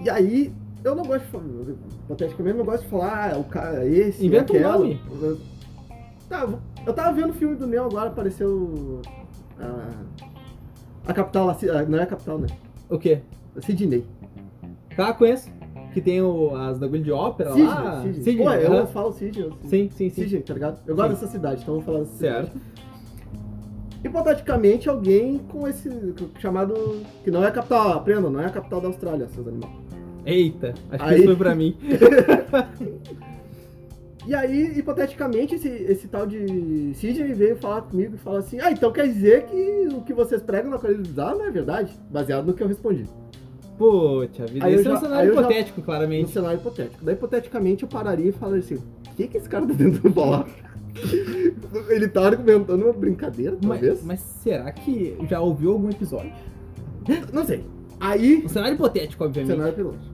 Speaker 2: E aí, eu não gosto de falar, hipoteticamente eu não gosto de falar, ah, o cara esse,
Speaker 1: Inventa um
Speaker 2: aquela.
Speaker 1: nome.
Speaker 2: Tá, eu tava vendo o filme do Neo agora, apareceu a, a capital, a, Ci- ah, não é a capital, né?
Speaker 1: O quê?
Speaker 2: A Sidney.
Speaker 1: Tá, conheço. Que tem o, as bagulho de ópera
Speaker 2: Sidney,
Speaker 1: lá.
Speaker 2: Sidney.
Speaker 1: Sidney,
Speaker 2: Pô, eu
Speaker 1: aham.
Speaker 2: falo Sidney. eu-
Speaker 1: Sim, sim, sim.
Speaker 2: Sidney, tá ligado? Eu gosto
Speaker 1: Sim.
Speaker 2: dessa cidade, então eu vou falar dessa cidade.
Speaker 1: Certo.
Speaker 2: Hipoteticamente, alguém com esse chamado. que não é a capital, aprenda, não é a capital da Austrália, seus animais.
Speaker 1: Eita, acho que
Speaker 2: Aí.
Speaker 1: isso foi pra mim.
Speaker 2: E aí, hipoteticamente, esse, esse tal de Sidney veio falar comigo e falou assim: Ah, então quer dizer que o que vocês pregam na Coreia do Sul não é verdade? Baseado no que eu respondi.
Speaker 1: Puta vida,
Speaker 2: Aí eu
Speaker 1: esse é um
Speaker 2: já- aí
Speaker 1: cenário
Speaker 2: eu já-
Speaker 1: hipotético,
Speaker 2: No
Speaker 1: claramente.
Speaker 2: cenário hipotético. Daí, hipoteticamente, eu pararia e falaria assim: O que, que esse cara tá tentando falar? [laughs] Ele tá argumentando uma brincadeira,
Speaker 1: Mas,
Speaker 2: talvez?
Speaker 1: mas será que já ouviu algum episódio?
Speaker 2: Não sei. Aí.
Speaker 1: Um cenário hipotético, obviamente.
Speaker 2: Cenário é piloto.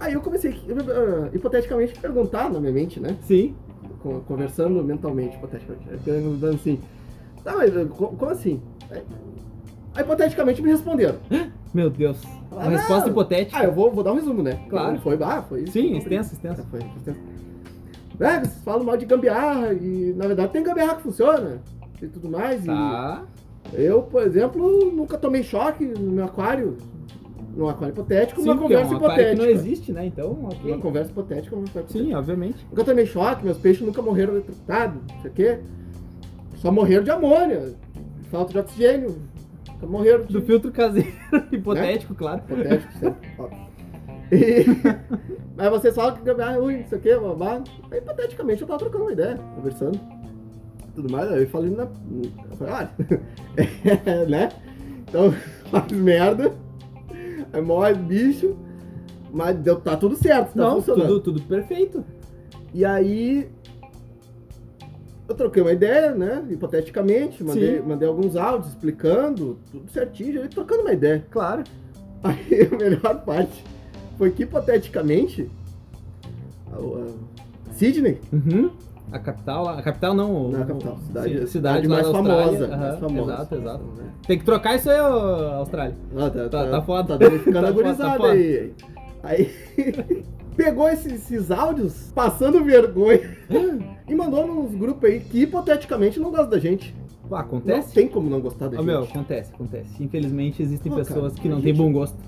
Speaker 2: Aí eu comecei, ah, hipoteticamente, a perguntar na minha mente, né?
Speaker 1: Sim,
Speaker 2: con- conversando mentalmente, hipoteticamente, aí perguntando assim, tá, mas eh, co- como assim? Aí, aí, hipoteticamente me responderam.
Speaker 1: meu Deus.
Speaker 2: Ah,
Speaker 1: Uma
Speaker 2: não.
Speaker 1: resposta hipotética.
Speaker 2: Ah, eu vou, vou dar um resumo, né?
Speaker 1: Claro.
Speaker 2: Não Foi, ah, foi isso.
Speaker 1: Sim, extensa, extensa.
Speaker 2: Foi, extenso. É, vocês falam mal de gambiarra e, na verdade, tem gambiarra que funciona e tudo mais.
Speaker 1: Tá.
Speaker 2: E eu, por exemplo, nunca tomei choque no meu aquário, num aquário hipotético,
Speaker 1: Sim,
Speaker 2: numa
Speaker 1: porque é
Speaker 2: conversa
Speaker 1: um aquário que não
Speaker 2: hipotética.
Speaker 1: existe, né? Então, ok.
Speaker 2: Uma conversa hipotética, é uma conversa
Speaker 1: Sim, obviamente.
Speaker 2: Nunca tomei choque, meus peixes nunca morreram eletrocutados, não sei o quê. Só morreram de amônia, falta de oxigênio. Nunca morreram de
Speaker 1: Do filtro caseiro, [laughs] hipotético, claro. Tá
Speaker 2: hipotético, sei lá.
Speaker 1: [laughs]
Speaker 2: E- Mas vocês falam que gambiarra é ruim, não sei o quê, babá. Aí, hipoteticamente, eu tava trocando uma ideia, conversando. Tudo mais, aí eu falei na. Eu falei, olha, é, [laughs] né? Então, [laughs] faz merda, é mó bicho, mas deu, tá tudo certo, tá
Speaker 1: Não,
Speaker 2: funcionando.
Speaker 1: tudo, tudo perfeito.
Speaker 2: E aí. Eu troquei uma ideia, né? Hipoteticamente, mandei,
Speaker 1: Sim.
Speaker 2: mandei alguns áudios explicando, tudo certinho, e trocando uma ideia.
Speaker 1: Claro.
Speaker 2: Aí [laughs] a melhor parte foi que, hipoteticamente, a- a- Sydney,
Speaker 1: Uhum. A capital, lá- a capital não. o-
Speaker 2: na capital, cidade,
Speaker 1: ci-
Speaker 2: cidade,
Speaker 1: lá
Speaker 2: mais,
Speaker 1: da
Speaker 2: famosa,
Speaker 1: Austrália.
Speaker 2: mais
Speaker 1: Aham,
Speaker 2: famosa.
Speaker 1: Exato, exato.
Speaker 2: Né?
Speaker 1: Tem que trocar isso aí, ô, Austrália.
Speaker 2: Ah, tá,
Speaker 1: Tá- tá foda.
Speaker 2: Tá danificando
Speaker 1: [laughs] Tá
Speaker 2: a
Speaker 1: foda,
Speaker 2: gurizada
Speaker 1: tá foda.
Speaker 2: aí. Aí [laughs] pegou esses, esses áudios passando vergonha [laughs] e mandou nos grupos aí que hipoteticamente não gosta da gente.
Speaker 1: Pô,
Speaker 2: Não
Speaker 1: acontece?
Speaker 2: tem como não gostar
Speaker 1: Ô,
Speaker 2: da gente.
Speaker 1: Ah, meu, acontece, acontece. Infelizmente existem
Speaker 2: Pô, cara,
Speaker 1: pessoas que
Speaker 2: a
Speaker 1: não têm
Speaker 2: gente-
Speaker 1: bom gosto.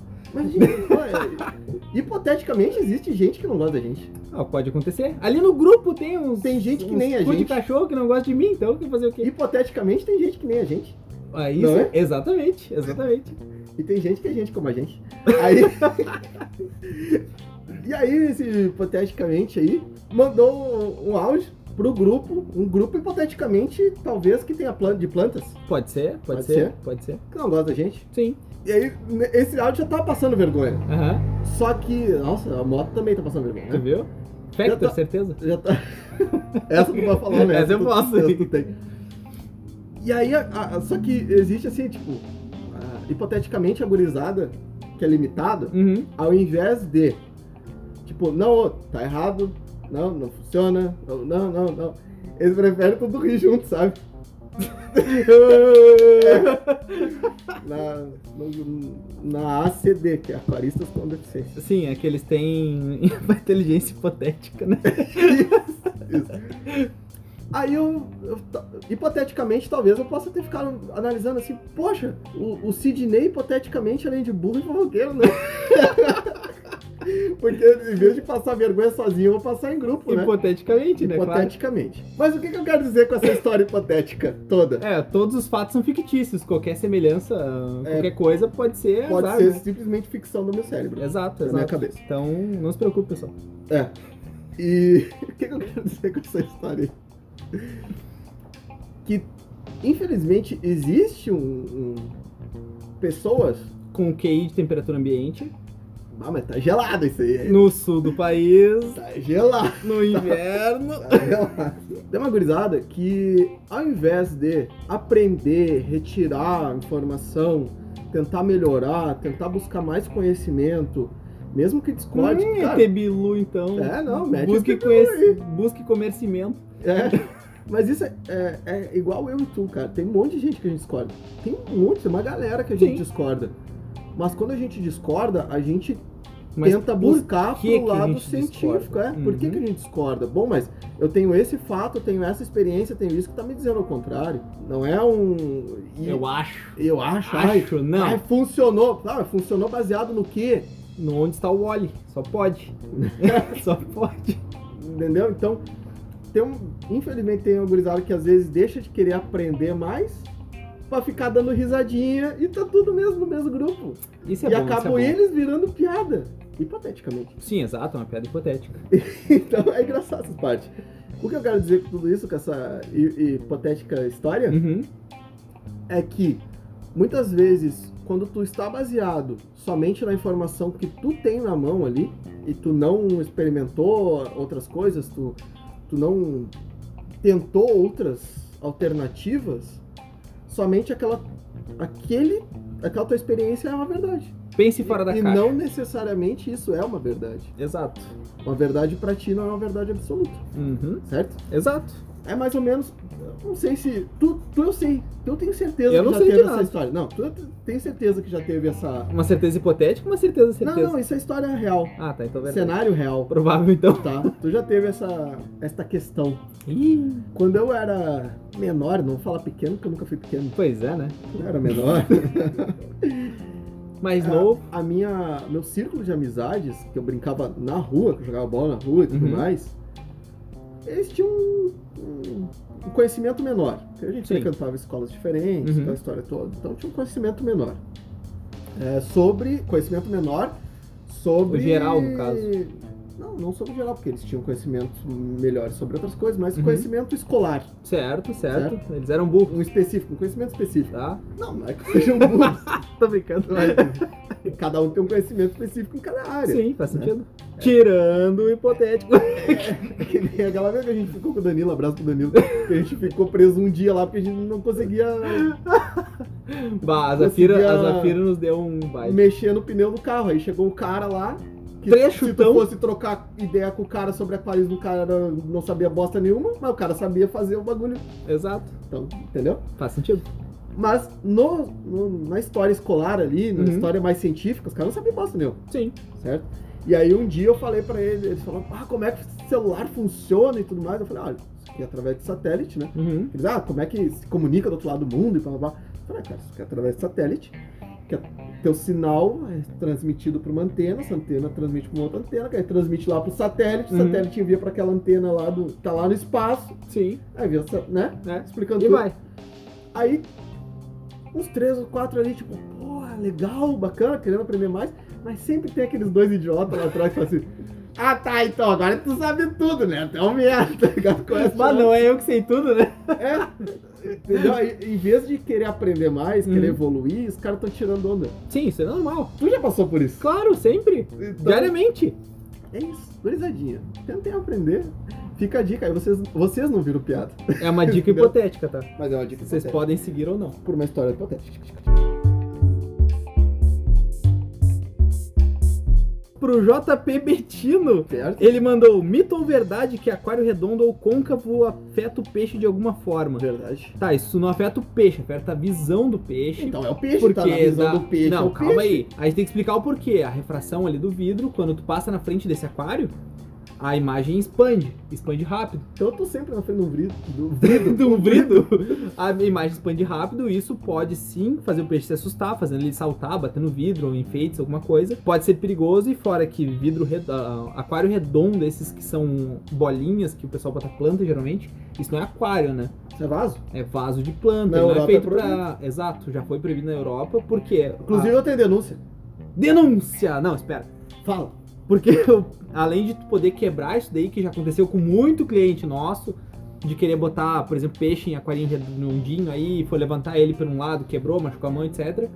Speaker 1: [laughs]
Speaker 2: Imagina, pô, é- hipoteticamente existe gente que não gosta da gente.
Speaker 1: Ah, pode acontecer. Ali no grupo tem uns.
Speaker 2: Tem gente que
Speaker 1: uns
Speaker 2: nem a
Speaker 1: cu de
Speaker 2: gente.
Speaker 1: cachorro que não gosta de mim, então tem que fazer o quê?
Speaker 2: Hipoteticamente tem gente que nem a gente.
Speaker 1: Aí,
Speaker 2: Não é?
Speaker 1: Exatamente, exatamente.
Speaker 2: E tem gente que é gente como a gente. Aí. [laughs] e aí, esse hipoteticamente aí, mandou um, um áudio pro grupo. Um grupo hipoteticamente, talvez, que tenha planta de plantas,
Speaker 1: Pode ser, pode,
Speaker 2: Pode
Speaker 1: ser,
Speaker 2: ser.
Speaker 1: pode ser.
Speaker 2: que não gosta da gente.
Speaker 1: Sim.
Speaker 2: E aí, ne- esse áudio já tava passando vergonha.
Speaker 1: Aham.
Speaker 2: Só que, nossa, a moto também tá passando vergonha.
Speaker 1: Tu
Speaker 2: né?
Speaker 1: viu?
Speaker 2: Eu
Speaker 1: Factor,
Speaker 2: tô-
Speaker 1: certeza?
Speaker 2: Já tá. [laughs] Essa tu vai falar, né?
Speaker 1: Essa eu
Speaker 2: tu-
Speaker 1: posso.
Speaker 2: Essa tu tem. E aí, a- a- só que existe assim, tipo, a- hipoteticamente a gurizada, que é limitada,
Speaker 1: Uhum.
Speaker 2: ao invés de, tipo, não, ô, tá errado, não, não funciona, não, não, não, não. Eles preferem tudo rir junto, sabe? na, no- na ACD, que é Aquaristas com Deficiência.
Speaker 1: Sim, é que eles têm [laughs] uma inteligência hipotética, né?
Speaker 2: Aí eu, eu ta- hipoteticamente, talvez eu possa ter ficado analisando assim, poxa, o, o Sidney, hipoteticamente, além de burro, é fofoqueiro, né? [laughs] Porque em vez de passar vergonha sozinho, eu vou passar em grupo, né?
Speaker 1: Hipoteticamente, né? Claro.
Speaker 2: Hipoteticamente. Mas o que, que eu quero dizer com essa história hipotética toda?
Speaker 1: É, todos os fatos são fictícios. Qualquer semelhança, ah, qualquer coisa pode ser.
Speaker 2: É. Pode
Speaker 1: azar,
Speaker 2: ser
Speaker 1: né?
Speaker 2: simplesmente ficção do meu cérebro.
Speaker 1: Exato,
Speaker 2: na
Speaker 1: exato.
Speaker 2: minha cabeça.
Speaker 1: Então, não se preocupe, pessoal.
Speaker 2: É. E [laughs] o que, que eu quero dizer com essa história aí? Que, infelizmente, existe um. um- pessoas.
Speaker 1: Com QI de temperatura ambiente,
Speaker 2: Ah, mas tá gelado isso aí.
Speaker 1: no sul do país,
Speaker 2: Tá gelado. [laughs]
Speaker 1: no inverno.
Speaker 2: Tem uma gurizada que, ao invés de aprender, retirar informação, tentar melhorar, tentar buscar mais conhecimento, mesmo que discorde,
Speaker 1: Hum,
Speaker 2: cara,
Speaker 1: ET Bilu, então.
Speaker 2: É, não, mete
Speaker 1: busque,
Speaker 2: ET Bilu aí.
Speaker 1: conheci- busque comercimento.
Speaker 2: é, mas isso é, é- é igual eu e tu, cara. Tem um monte de gente que a gente discorda. Tem um monte, tem uma galera que a gente
Speaker 1: Sim.
Speaker 2: discorda. Mas quando a gente discorda, a gente
Speaker 1: Mas
Speaker 2: tenta
Speaker 1: por
Speaker 2: buscar
Speaker 1: que
Speaker 2: pro
Speaker 1: que a
Speaker 2: lado
Speaker 1: gente
Speaker 2: científico,
Speaker 1: discorda?
Speaker 2: é. Por que,
Speaker 1: Uhum.
Speaker 2: que a gente discorda? Bom, mas eu tenho esse fato, eu tenho essa experiência, eu tenho isso que tá me dizendo ao contrário. Não é um. e-
Speaker 1: Eu acho.
Speaker 2: eu acho, ai,
Speaker 1: Acho, não.
Speaker 2: ai, funcionou. Ah, funcionou baseado no quê?
Speaker 1: No onde está o Wally. Só
Speaker 2: [laughs]
Speaker 1: pode. Só pode.
Speaker 2: Entendeu? Então, tem um, infelizmente tem um gurizada que às vezes deixa de querer aprender mais pra ficar dando risadinha e tá tudo mesmo no mesmo grupo.
Speaker 1: Isso é bom, isso
Speaker 2: e
Speaker 1: é
Speaker 2: acabam
Speaker 1: bom.
Speaker 2: eles virando piada, hipoteticamente.
Speaker 1: Sim, exato, é uma piada hipotética.
Speaker 2: [laughs] Então é engraçado essa parte. O que eu quero dizer com tudo isso, com essa hi- hipotética história,
Speaker 1: Uhum.
Speaker 2: é que muitas vezes, quando tu está baseado somente na informação que tu tem na mão ali, e tu não experimentou outras coisas, tu, tu não tentou outras alternativas, somente aquela, aquele, aquela tua experiência é uma verdade.
Speaker 1: Pense fora da
Speaker 2: e
Speaker 1: caixa.
Speaker 2: não necessariamente isso é uma verdade.
Speaker 1: Exato.
Speaker 2: Uma verdade pra ti não é uma verdade absoluta,
Speaker 1: Uhum.
Speaker 2: certo?
Speaker 1: Exato.
Speaker 2: É mais ou menos. eu Não sei se. Tu, tu eu sei. Tu tenho certeza
Speaker 1: Eu
Speaker 2: que
Speaker 1: não
Speaker 2: já
Speaker 1: sei de
Speaker 2: teve
Speaker 1: nada.
Speaker 2: essa história. Não, tu tu tem certeza que já teve essa.
Speaker 1: Uma certeza hipotética, uma certeza,
Speaker 2: Não,
Speaker 1: certeza.
Speaker 2: não, isso é história real.
Speaker 1: Ah, tá, então verdade.
Speaker 2: Cenário real.
Speaker 1: Provável, então. [laughs]
Speaker 2: Tá? Tu já teve essa esta questão.
Speaker 1: Ih,
Speaker 2: Quando eu era menor, não vou falar pequeno, porque eu nunca fui pequeno.
Speaker 1: pois é, né?
Speaker 2: Quando eu era menor. [laughs]
Speaker 1: Mais
Speaker 2: a-
Speaker 1: novo.
Speaker 2: A minha. Meu círculo de amizades, que eu brincava na rua, que eu jogava bola na rua e tudo
Speaker 1: Uhum.
Speaker 2: mais, eles tinham um, um- um conhecimento menor. Porque a gente
Speaker 1: Sim.
Speaker 2: frequentava escolas diferentes,
Speaker 1: Uhum.
Speaker 2: aquela história toda. Então tinha um conhecimento menor. É, sobre. Conhecimento menor sobre.
Speaker 1: O geral, no caso.
Speaker 2: Não, não sobre o geral, porque eles tinham conhecimentos melhores sobre outras coisas, mas
Speaker 1: Uhum.
Speaker 2: conhecimento escolar,
Speaker 1: Certo, certo, Eles eram burros,
Speaker 2: um específico, um conhecimento específico.
Speaker 1: tá?
Speaker 2: Não, não é que
Speaker 1: [laughs]
Speaker 2: sejam burros.
Speaker 1: Tô brincando.
Speaker 2: Mas é. Cada um tem um conhecimento específico em cada área.
Speaker 1: Sim, faz sentido.
Speaker 2: É.
Speaker 1: Tirando o hipotético.
Speaker 2: Que nem aquela vez que a gente ficou com o Danilo, abraço pro Danilo, que a gente ficou preso um dia lá porque a gente não conseguia
Speaker 1: Bah, a Zafira,
Speaker 2: Conseguia-
Speaker 1: a Zafira nos deu um baile.
Speaker 2: mexer no pneu do carro. Aí chegou um cara lá. Que
Speaker 1: Trecho
Speaker 2: se
Speaker 1: tão-
Speaker 2: tu fosse trocar ideia com o cara sobre aquarismo, o cara não sabia bosta nenhuma, mas o cara sabia fazer o bagulho.
Speaker 1: Exato.
Speaker 2: Então, entendeu?
Speaker 1: Faz sentido.
Speaker 2: Mas no, no- na história escolar ali, na
Speaker 1: Uhum.
Speaker 2: história mais científica, os caras não sabiam bosta nenhuma.
Speaker 1: Sim.
Speaker 2: certo? E aí um dia eu falei pra ele, eles falaram, ah, como é que o celular funciona e tudo mais. Eu falei, olha, isso aqui é através de satélite, né?
Speaker 1: Uhum.
Speaker 2: Eles, ah, como é que se comunica do outro lado do mundo e blá blá blá. Eu falei, cara, isso aqui é através de satélite, que é- teu sinal é transmitido pra uma antena, essa antena transmite pra uma outra antena, que aí transmite lá pro satélite, o
Speaker 1: Uhum.
Speaker 2: satélite envia pra aquela antena lá do. tá lá no espaço,
Speaker 1: Sim.
Speaker 2: aí vê, essa- né?
Speaker 1: Né?
Speaker 2: Explicando
Speaker 1: E
Speaker 2: tudo.
Speaker 1: vai.
Speaker 2: Aí, uns três ou quatro ali, tipo, pô, legal, bacana, querendo aprender mais, mas sempre tem aqueles dois idiotas lá atrás que falam assim. Ah tá, então, agora tu sabe tudo, né? Até o merda, [laughs] tá ligado? Conhece
Speaker 1: Mas
Speaker 2: nada."
Speaker 1: não é eu que sei tudo, né?
Speaker 2: É, entendeu? Aí, Em vez de querer aprender mais, querer
Speaker 1: Uhum.
Speaker 2: evoluir, os caras estão tirando onda.
Speaker 1: Sim, isso é normal.
Speaker 2: Tu já passou por isso?
Speaker 1: Claro, sempre.
Speaker 2: Então,
Speaker 1: Diariamente.
Speaker 2: É isso, gurizadinha. Tentem aprender. Fica a dica aí, vocês, vocês não viram piada.
Speaker 1: É [laughs] uma dica
Speaker 2: Entendeu?
Speaker 1: hipotética, tá?
Speaker 2: Mas é uma dica
Speaker 1: Vocês podem seguir ou não.
Speaker 2: por uma história hipotética.
Speaker 1: Pro JP Bettino,
Speaker 2: Certo?
Speaker 1: ele mandou mito ou verdade que aquário redondo ou côncavo afeta o peixe de alguma forma.
Speaker 2: Verdade.
Speaker 1: Tá, isso não afeta o peixe, afeta a visão do peixe.
Speaker 2: Então é o peixe,
Speaker 1: Porque
Speaker 2: tá na visão
Speaker 1: da-
Speaker 2: do peixe.
Speaker 1: Não,
Speaker 2: é o
Speaker 1: calma
Speaker 2: peixe.
Speaker 1: aí. A gente tem que explicar o porquê. A refração ali do vidro, quando tu passa na frente desse aquário, a imagem expande, expande rápido.
Speaker 2: Então eu tô sempre na frente de um vidro. Do vidro.
Speaker 1: [laughs] Do brito, Um a imagem expande rápido e isso pode sim fazer o peixe se assustar, fazendo ele saltar, batendo vidro, ou enfeites, alguma coisa. Pode ser perigoso e fora que vidro redo- ah, aquário redondo, esses que são bolinhas que o pessoal bota planta geralmente, isso não é aquário, né?
Speaker 2: Isso é vaso?
Speaker 1: É vaso de planta,
Speaker 2: Na
Speaker 1: ele não é
Speaker 2: Europa
Speaker 1: feito
Speaker 2: é
Speaker 1: pra. Exato, já foi proibido na Europa, porque.
Speaker 2: Inclusive eu tenho denúncia.
Speaker 1: Denúncia! Não, espera.
Speaker 2: Fala.
Speaker 1: Porque eu- além de tu poder quebrar isso daí, que já aconteceu com muito cliente nosso, de querer botar, por exemplo, peixe em aquarinho redondinho aí, foi levantar ele por um lado, quebrou, machucou a mão, etc.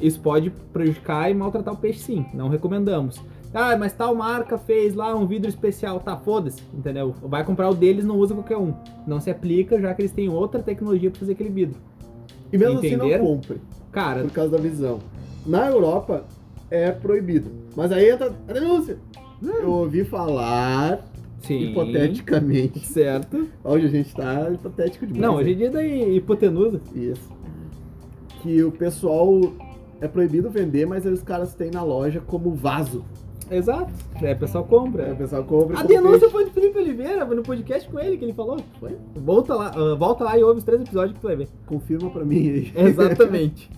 Speaker 1: Isso pode prejudicar e maltratar o peixe sim, não recomendamos. Ah, mas tal marca fez lá um vidro especial, tá, foda-se, entendeu? Vai comprar o deles, não usa qualquer um. Não se aplica, já que eles têm outra tecnologia pra fazer aquele vidro.
Speaker 2: E mesmo assim
Speaker 1: Entenderam?
Speaker 2: não compre,
Speaker 1: Cara,
Speaker 2: por causa da visão. Na Europa é proibido. Mas aí entra a denúncia. Eu ouvi falar,
Speaker 1: Hum. sim.
Speaker 2: hipoteticamente.
Speaker 1: Certo.
Speaker 2: Hoje a gente tá hipotético demais.
Speaker 1: Não,
Speaker 2: né?
Speaker 1: hoje em dia é da hipotenusa.
Speaker 2: Isso. Que o pessoal é proibido vender, mas aí os caras têm na loja como vaso.
Speaker 1: Exato. É, o pessoal
Speaker 2: Aí
Speaker 1: compra.
Speaker 2: o pessoal compra. e
Speaker 1: A
Speaker 2: compra
Speaker 1: denúncia foi do Felipe Oliveira, no podcast com ele que ele falou.
Speaker 2: Foi?
Speaker 1: Volta lá, ah, volta lá e ouve os três episódios que tu vai ver.
Speaker 2: e Confirma pra mim aí.
Speaker 1: Exatamente.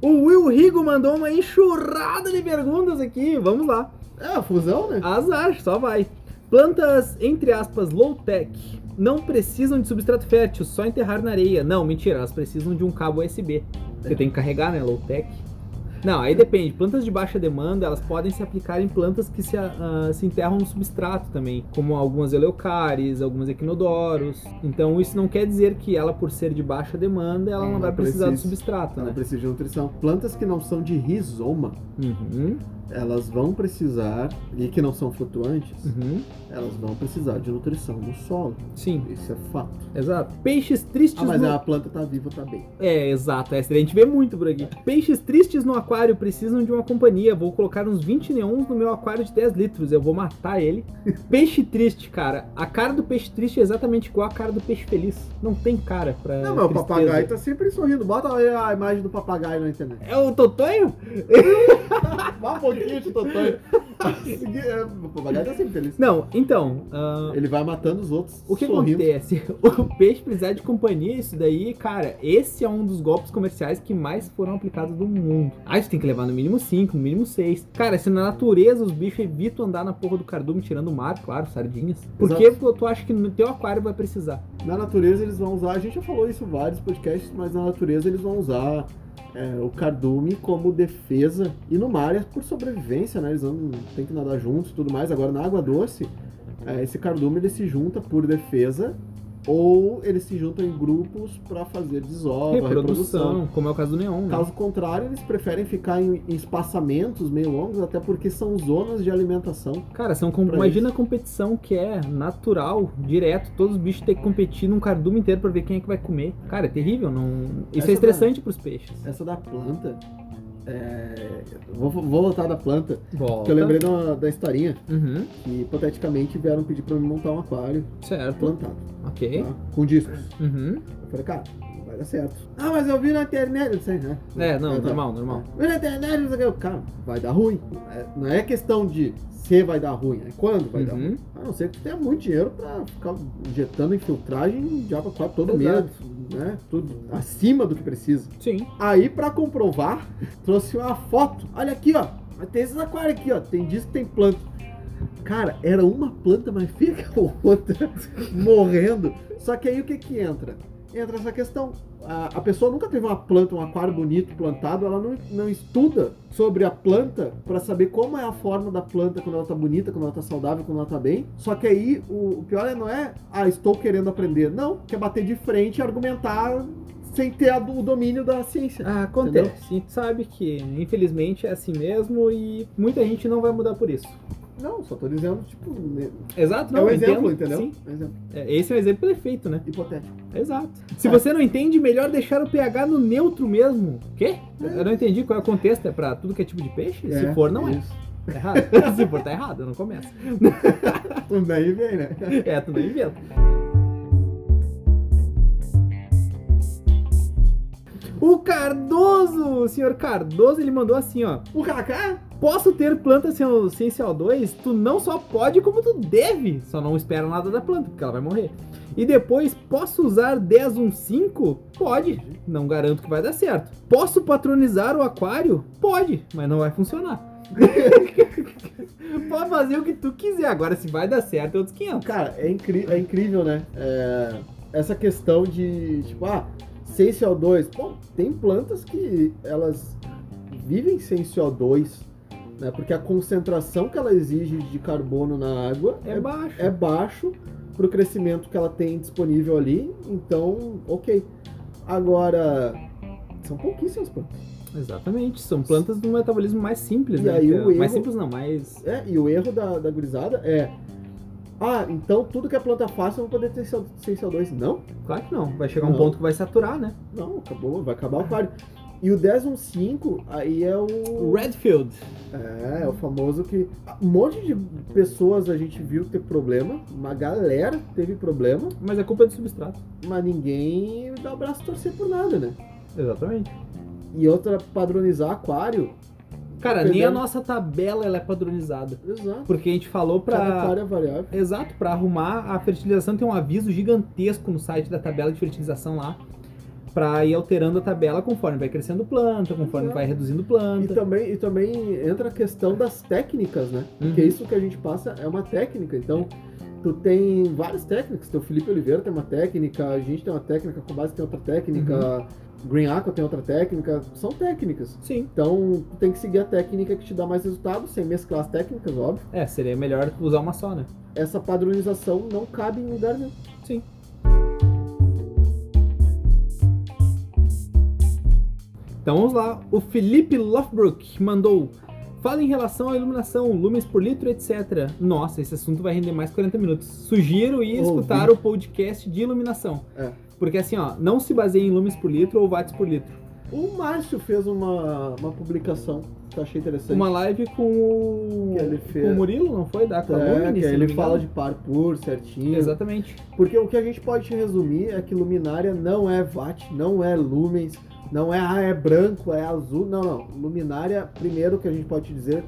Speaker 1: O Will Rigo mandou uma enxurrada de perguntas aqui. Vamos lá.
Speaker 2: [laughs] É a fusão,
Speaker 1: Ah,
Speaker 2: né?
Speaker 1: Azar, só vai. Plantas, entre aspas, low-tech, não precisam de substrato fértil, só enterrar na areia. Não, mentira, elas precisam de um cabo USB. Você tem que carregar, né? Low-tech. Não, aí depende. Plantas de baixa demanda, elas podem se aplicar em plantas que se, ah, se enterram no substrato também, como algumas eleucares, algumas equinodoros. Então isso não quer dizer que ela, por ser de baixa demanda, ela não
Speaker 2: Não
Speaker 1: vai precisar do
Speaker 2: precisa.
Speaker 1: substrato, né?
Speaker 2: Ela Tá, precisa de nutrição. Plantas que não são de rizoma,
Speaker 1: Uhum,
Speaker 2: elas vão precisar, e que não são flutuantes,
Speaker 1: uhum.
Speaker 2: elas vão precisar de nutrição no solo.
Speaker 1: Sim,
Speaker 2: Isso é fato.
Speaker 1: exato. Peixes tristes
Speaker 2: Ah, mas
Speaker 1: no-
Speaker 2: a planta tá viva, tá bem.
Speaker 1: É, exato. Essa a gente vê muito por aqui. Peixes tristes no aquário precisam de uma companhia. Vou colocar uns 20 neons no meu aquário de 10 litros. Eu vou matar
Speaker 2: [laughs]
Speaker 1: ele. Peixe triste, cara. A cara do peixe triste é exatamente igual a cara do peixe feliz. Não tem cara pra.
Speaker 2: Não, mas o
Speaker 1: tristeza.
Speaker 2: papagaio tá sempre sorrindo. Bota aí a imagem do papagaio na [laughs] internet.
Speaker 1: É o Totonho?
Speaker 2: Vá um pouquinho [laughs] de Totonho. É, o papagaio tá sempre feliz.
Speaker 1: Não, então. ah,
Speaker 2: Ele vai matando os outros.
Speaker 1: O que
Speaker 2: sorrindo.
Speaker 1: acontece? [laughs] O peixe precisar de companhia, isso daí, cara, esse é um dos golpes comerciais que mais foram aplicados no mundo. Aí você tem que levar no mínimo 5, no mínimo 6. Cara, se na natureza os bichos evitam andar na porra do cardume tirando o mar, claro, sardinhas. Por
Speaker 2: Exato.
Speaker 1: que tu tu acha que no teu aquário vai precisar?
Speaker 2: Na natureza eles vão usar, a gente já falou isso em vários podcasts, mas na natureza eles vão usar é, o cardume como defesa. E no mar é por sobrevivência, né? Eles vão, tem que nadar juntos e tudo mais. Agora na água doce, é, esse cardume ele se junta por defesa ou eles se juntam em grupos para fazer desova,
Speaker 1: reprodução,
Speaker 2: reprodução.
Speaker 1: como é o caso do neon, né?
Speaker 2: Caso contrário, eles preferem ficar em em espaçamentos meio longos, até porque são zonas de alimentação.
Speaker 1: Cara, são com-
Speaker 2: Pra
Speaker 1: imagina a competição que é natural, direto, todos os bichos têm que competir num cardume inteiro pra ver quem é que vai comer. Cara, é terrível, não... isso é
Speaker 2: Essa é
Speaker 1: estressante pros peixes.
Speaker 2: Essa da planta. é, Vou, vou voltar da planta.
Speaker 1: Volta.
Speaker 2: Porque eu lembrei de uma- da historinha
Speaker 1: Uhum,
Speaker 2: que hipoteticamente vieram pedir pra eu me montar um aquário
Speaker 1: certo,
Speaker 2: plantado.
Speaker 1: ok.
Speaker 2: tá? Com discos.
Speaker 1: Uhum.
Speaker 2: Eu falei, cara, vai dar certo. Ah, mas eu vi na internet. Não sei, né?
Speaker 1: É, não,
Speaker 2: Eu tava-
Speaker 1: normal, normal.
Speaker 2: Vi na internet, não sei o que. Eu, Cara, vai dar ruim. É, Não é questão de se vai dar ruim, é quando vai dar ruim.
Speaker 1: Uhum.
Speaker 2: A não ser que tu tenha muito dinheiro pra ficar injetando em filtragem de água quase todo
Speaker 1: Exato.
Speaker 2: mês, né? Tudo acima do que precisa.
Speaker 1: Sim.
Speaker 2: Aí, pra comprovar, trouxe uma foto. Olha aqui, ó. Mas Tem esses aquários aqui, ó. Tem disco, tem planta. Cara, era uma planta mais feia que a [laughs] outra, morrendo. Só que aí o que que entra? Entra essa questão. A, a pessoa nunca teve uma planta, um aquário bonito plantado, ela não, não estuda sobre a planta pra saber como é a forma da planta quando ela tá bonita, quando ela tá saudável, quando ela tá bem. Só que aí o, o pior é não é, ah, estou querendo aprender. Não, quer bater de frente e argumentar sem ter a do- o domínio da ciência.
Speaker 1: Ah, acontece. A gente sabe que, infelizmente, é assim mesmo e muita gente não vai mudar por isso.
Speaker 2: Não, só tô dizendo, tipo, né,
Speaker 1: Exato,
Speaker 2: é
Speaker 1: não.
Speaker 2: um
Speaker 1: eu
Speaker 2: exemplo,
Speaker 1: entendo.
Speaker 2: entendeu?
Speaker 1: Sim.
Speaker 2: Um exemplo
Speaker 1: É, Esse é um exemplo perfeito, né?
Speaker 2: hipotético.
Speaker 1: Exato. Se
Speaker 2: É.
Speaker 1: você não entende, melhor deixar o pH no neutro mesmo. Quê? Eu não entendi qual é o contexto. É pra tudo que é tipo de peixe? Se for, não é.
Speaker 2: isso.
Speaker 1: Tá errado. [laughs] Se for, tá errado. Eu não começo.
Speaker 2: Tudo bem, vem, né?
Speaker 1: [laughs] É, tudo bem vendo.
Speaker 2: O
Speaker 1: O Cardoso, o senhor Cardoso, ele mandou assim, ó.
Speaker 2: O Kaká?
Speaker 1: Posso ter planta sem, o- sem CO2? Tu não só pode, como tu deve. Só não espera nada da planta, porque ela vai morrer. E depois, posso usar 10 um 5? Pode. Não garanto que vai dar certo. Posso patronizar o aquário? Pode, mas não vai funcionar. [laughs] pode fazer o que tu quiser. Agora, se vai dar certo, é outros 500.
Speaker 2: Cara, é, incri- é incrível, né? É, Essa questão de, tipo, ah, sem CO2. Bom, tem plantas que elas vivem sem CO2, né? Porque a concentração que ela exige de carbono na água
Speaker 1: É baixo.
Speaker 2: é baixo pro crescimento que ela tem disponível ali. Então, ok. Agora, são pouquíssimas plantas.
Speaker 1: Exatamente. São plantas de um metabolismo mais simples,
Speaker 2: E
Speaker 1: né?
Speaker 2: aí o
Speaker 1: Porque- Mais
Speaker 2: erro-
Speaker 1: simples não, mais...
Speaker 2: É, e o erro da, da gurizada é. Ah, então tudo que é planta fácil eu vou poder ter CO- sem CO2. Não,
Speaker 1: Claro que não. Vai chegar um
Speaker 2: Não.
Speaker 1: ponto que vai saturar, né?
Speaker 2: não, acabou, vai acabar o aquário. E o 1015 aí é o.
Speaker 1: Redfield.
Speaker 2: É, é o famoso que. Um monte de pessoas a gente viu ter problema. Uma galera teve problema,
Speaker 1: Mas a culpa é do substrato.
Speaker 2: mas ninguém dá o braço a torcer por nada, né?
Speaker 1: Exatamente.
Speaker 2: E outra, padronizar aquário.
Speaker 1: Cara, nem
Speaker 2: Entendeu?
Speaker 1: a nossa tabela ela é padronizada.
Speaker 2: Exato.
Speaker 1: Porque a gente falou
Speaker 2: Cada
Speaker 1: pra.
Speaker 2: aquário é variável.
Speaker 1: Exato, pra arrumar a fertilização tem um aviso gigantesco no site da tabela de fertilização lá. Pra ir alterando a tabela conforme vai crescendo planta, conforme
Speaker 2: Exato. Então-
Speaker 1: vai reduzindo
Speaker 2: E
Speaker 1: planta.
Speaker 2: também, e também entra a questão das técnicas, né? Porque
Speaker 1: Uhum.
Speaker 2: isso que a gente passa é uma técnica. Então, tu tem várias técnicas. Teu Felipe Oliveira tem uma técnica, a gente tem uma técnica, com base tem outra técnica, Green Aqua tem outra técnica. São técnicas.
Speaker 1: Sim.
Speaker 2: Então, tu tem que seguir a técnica que te dá mais resultado, sem mesclar as técnicas, óbvio.
Speaker 1: É, seria melhor usar uma só, né?
Speaker 2: Essa padronização não cabe em lugar nenhum.
Speaker 1: Sim. Então vamos lá. O Felipe Lofbrook mandou. Fala em relação à iluminação, lumens por litro, etc. Nossa, esse assunto vai render mais 40 minutos. Sugiro ir
Speaker 2: Ouvi.
Speaker 1: escutar o podcast de iluminação.
Speaker 2: É.
Speaker 1: Porque assim, ó, não se baseia em lumens por litro ou watts por litro.
Speaker 2: O Márcio fez uma, uma publicação que eu achei interessante.
Speaker 1: Uma live com o,
Speaker 2: Que ele
Speaker 1: com o
Speaker 2: fez.
Speaker 1: Murilo, não foi? Da
Speaker 2: É,
Speaker 1: Aqualumine,
Speaker 2: que
Speaker 1: se não
Speaker 2: ele
Speaker 1: me
Speaker 2: fala de
Speaker 1: engano.
Speaker 2: parkour certinho.
Speaker 1: Exatamente.
Speaker 2: Porque o que a gente pode resumir é que luminária não é watt, não é lumens, não é ah, é branco, é azul. Não, não. Luminária, primeiro que a gente pode dizer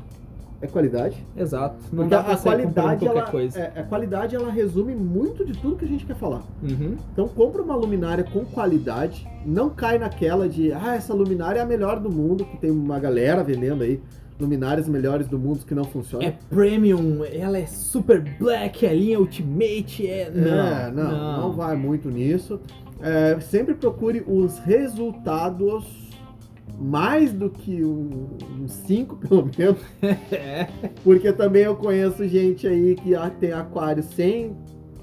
Speaker 2: é qualidade.
Speaker 1: Exato. Não
Speaker 2: Porque
Speaker 1: dá pra
Speaker 2: a
Speaker 1: sair comprando
Speaker 2: qualidade,
Speaker 1: qualquer
Speaker 2: ela,
Speaker 1: coisa.
Speaker 2: é, a qualidade ela resume muito de tudo que a gente quer falar.
Speaker 1: Uhum.
Speaker 2: Então compra uma luminária com qualidade, não cai naquela de ah, essa luminária é a melhor do mundo, que tem uma galera vendendo aí luminárias melhores do mundo que não funcionam.
Speaker 1: É premium, ela é super black, a linha Ultimate é.
Speaker 2: é,
Speaker 1: Não,
Speaker 2: não, não, vai muito nisso. É, sempre procure os resultados mais do que um 5, [laughs] pelo menos,
Speaker 1: É,
Speaker 2: porque também eu conheço gente aí que a- tem aquário sem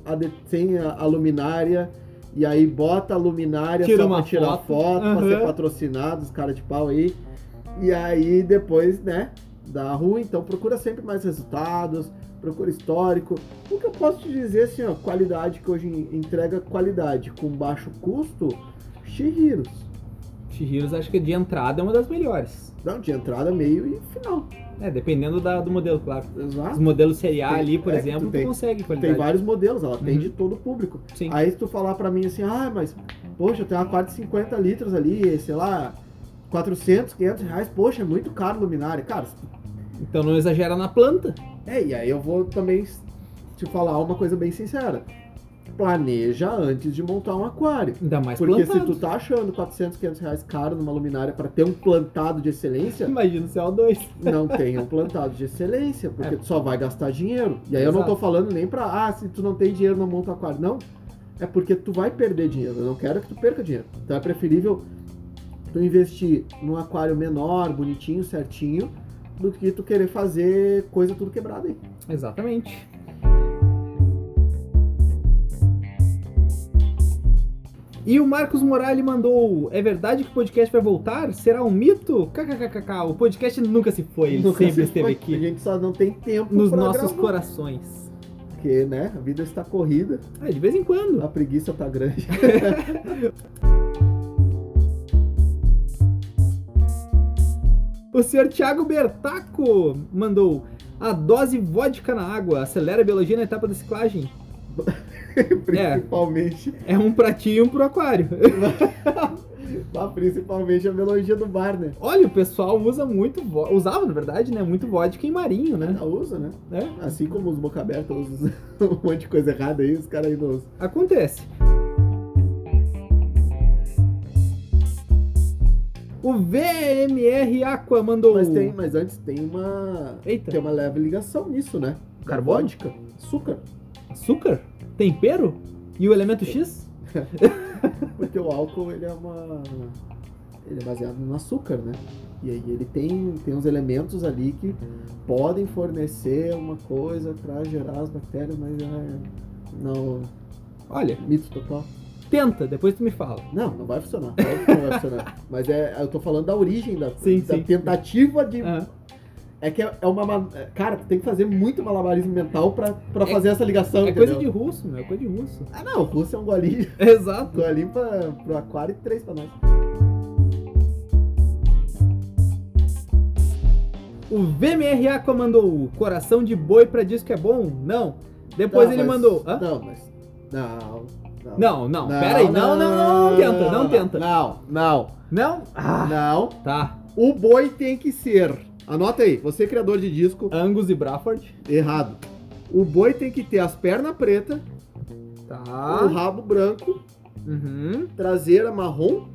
Speaker 2: a, de- sem a, a luminária. E aí bota a luminária
Speaker 1: Tira
Speaker 2: só
Speaker 1: uma
Speaker 2: pra tirar
Speaker 1: foto.
Speaker 2: foto, pra
Speaker 1: Aham.
Speaker 2: ser patrocinado, os caras de pau aí. E aí depois, né, dá ruim. Então procura sempre mais resultados, procura histórico. O que eu posso te dizer assim, ó, qualidade que hoje en- entrega qualidade com baixo custo, Shihiros.
Speaker 1: Shihiros acho que de entrada é uma das melhores.
Speaker 2: Não, de entrada, meio e final.
Speaker 1: É, dependendo da- do modelo, claro. Os
Speaker 2: Exato.
Speaker 1: modelos Série A
Speaker 2: Tem-
Speaker 1: ali, por
Speaker 2: é que tu
Speaker 1: exemplo, tu,
Speaker 2: tem-
Speaker 1: consegue qualidade.
Speaker 2: Tem vários modelos, ela tem
Speaker 1: Uhum.
Speaker 2: de todo o público.
Speaker 1: Sim.
Speaker 2: Aí se tu falar pra mim assim, ah, mas, poxa, eu tenho uma quarta de 50 litros ali, sei lá, 400, 500 reais, poxa, é muito caro luminária. Cara, se tu-
Speaker 1: Então não exagera na planta.
Speaker 2: é, e aí eu vou também s- te falar uma coisa bem sincera. Planeja antes de montar um aquário.
Speaker 1: Ainda mais
Speaker 2: Porque
Speaker 1: plantado.
Speaker 2: se tu tá achando 400, 500 reais caro numa luminária pra ter um plantado de excelência,
Speaker 1: Imagina o CO2.
Speaker 2: não tenha um plantado de excelência, porque
Speaker 1: É.
Speaker 2: tu só vai gastar dinheiro. E aí eu não tô
Speaker 1: Exato.
Speaker 2: falando nem pra, ah, se tu não tem dinheiro, não monta aquário. Não, é porque tu vai perder dinheiro. Eu não quero que tu perca dinheiro. Então é preferível tu investir num aquário menor, bonitinho, certinho, do que tu querer fazer coisa tudo quebrada aí.
Speaker 1: Exatamente. E o Marcos Morali mandou: É verdade que o podcast vai voltar? Será um mito? KKKKK. O podcast nunca se foi, ele
Speaker 2: Nunca
Speaker 1: sempre
Speaker 2: se
Speaker 1: esteve
Speaker 2: foi. A
Speaker 1: aqui.
Speaker 2: gente só não tem tempo
Speaker 1: Nos
Speaker 2: pra
Speaker 1: nossos
Speaker 2: gravar,
Speaker 1: corações.
Speaker 2: Porque, né, a vida está corrida,
Speaker 1: Ah, de vez em quando.
Speaker 2: a preguiça tá grande. [laughs]
Speaker 1: O senhor Thiago Bertaco mandou a dose vodka na água acelera a biologia na etapa da ciclagem.
Speaker 2: Principalmente.
Speaker 1: um É um pratinho pro aquário.
Speaker 2: Mas principalmente a melodia do bar, né?
Speaker 1: [laughs] Olha, o pessoal usa muito, vo- usava na verdade, né? Muito vodka em marinho, né?
Speaker 2: Ainda usa, né?
Speaker 1: É,
Speaker 2: Assim como os boca aberta usam [laughs] um monte de coisa errada aí, os caras ainda usam.
Speaker 1: acontece. O VMR Aqua mandou.
Speaker 2: Mas tem, mas antes tem uma.
Speaker 1: Eita,
Speaker 2: Tem uma leve ligação nisso, né?
Speaker 1: Carbono?
Speaker 2: Vodka, açúcar.
Speaker 1: açúcar? Tempero? E o elemento X?
Speaker 2: Porque o álcool ele é uma. Ele é baseado no açúcar, né? E aí ele tem, tem uns elementos ali que podem fornecer uma coisa pra gerar as bactérias, mas é. Não.
Speaker 1: Olha,
Speaker 2: Mito total.
Speaker 1: tenta, depois tu me fala.
Speaker 2: Não, não vai funcionar. óbvio que Não vai funcionar.
Speaker 1: [laughs]
Speaker 2: Mas é, eu tô falando da origem da,
Speaker 1: Sim,
Speaker 2: da
Speaker 1: sim.
Speaker 2: tentativa de.
Speaker 1: Ah,
Speaker 2: É que é, é uma. ma- é, Cara, tu tem que fazer muito malabarismo mental pra, pra
Speaker 1: É-
Speaker 2: fazer essa ligação.
Speaker 1: é coisa de
Speaker 2: entendeu?
Speaker 1: russo, meu, é coisa de russo.
Speaker 2: [laughs] Ah, não, o russo é um golinho. [laughs]
Speaker 1: Exato.
Speaker 2: Tô ali pra, pro aquário e três pra nós.
Speaker 1: O VMR Aqua mandou coração de boi pra diz que é bom? Não. Depois
Speaker 2: Tá,
Speaker 1: ele
Speaker 2: mas-
Speaker 1: mandou. Hã?
Speaker 2: Não, mas. Não.
Speaker 1: Não, não, pera aí. Não, não, não, não tenta, não tenta.
Speaker 2: Não, não,
Speaker 1: Não? Ah,
Speaker 2: não.
Speaker 1: tá.
Speaker 2: O boi tem que ser. Anota aí, você é criador de disco,
Speaker 1: Angus e Braford.
Speaker 2: errado. O boi tem que ter as pernas pretas, o
Speaker 1: Tá.
Speaker 2: rabo branco,
Speaker 1: Uhum.
Speaker 2: traseira marrom,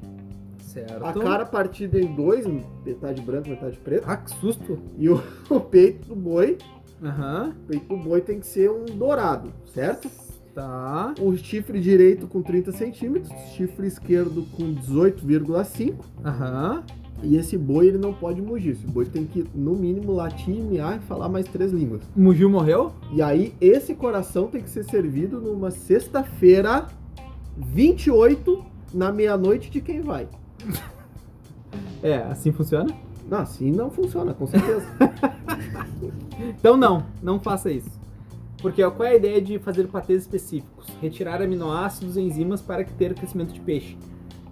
Speaker 1: Certo.
Speaker 2: a cara partida em dois, metade branca, metade preta, [laughs]
Speaker 1: Ah, que susto.
Speaker 2: e o, o peito do boi.
Speaker 1: Aham.
Speaker 2: O peito do boi tem que ser um dourado, certo?
Speaker 1: Tá.
Speaker 2: O chifre direito com 30 centímetros, chifre esquerdo com 18,5.
Speaker 1: Aham.
Speaker 2: E esse boi ele não pode mugir. Esse boi tem que, no mínimo, latir, miar e falar mais três línguas.
Speaker 1: Mugil morreu?
Speaker 2: E aí, esse coração tem que ser servido numa sexta-feira, 28, na meia-noite de quem vai.
Speaker 1: É, assim funciona?
Speaker 2: Não, assim não funciona, com certeza.
Speaker 1: Então não, não faça isso. Porque ó, qual é a ideia de fazer patês específicos? Retirar aminoácidos e enzimas para ter crescimento de peixe.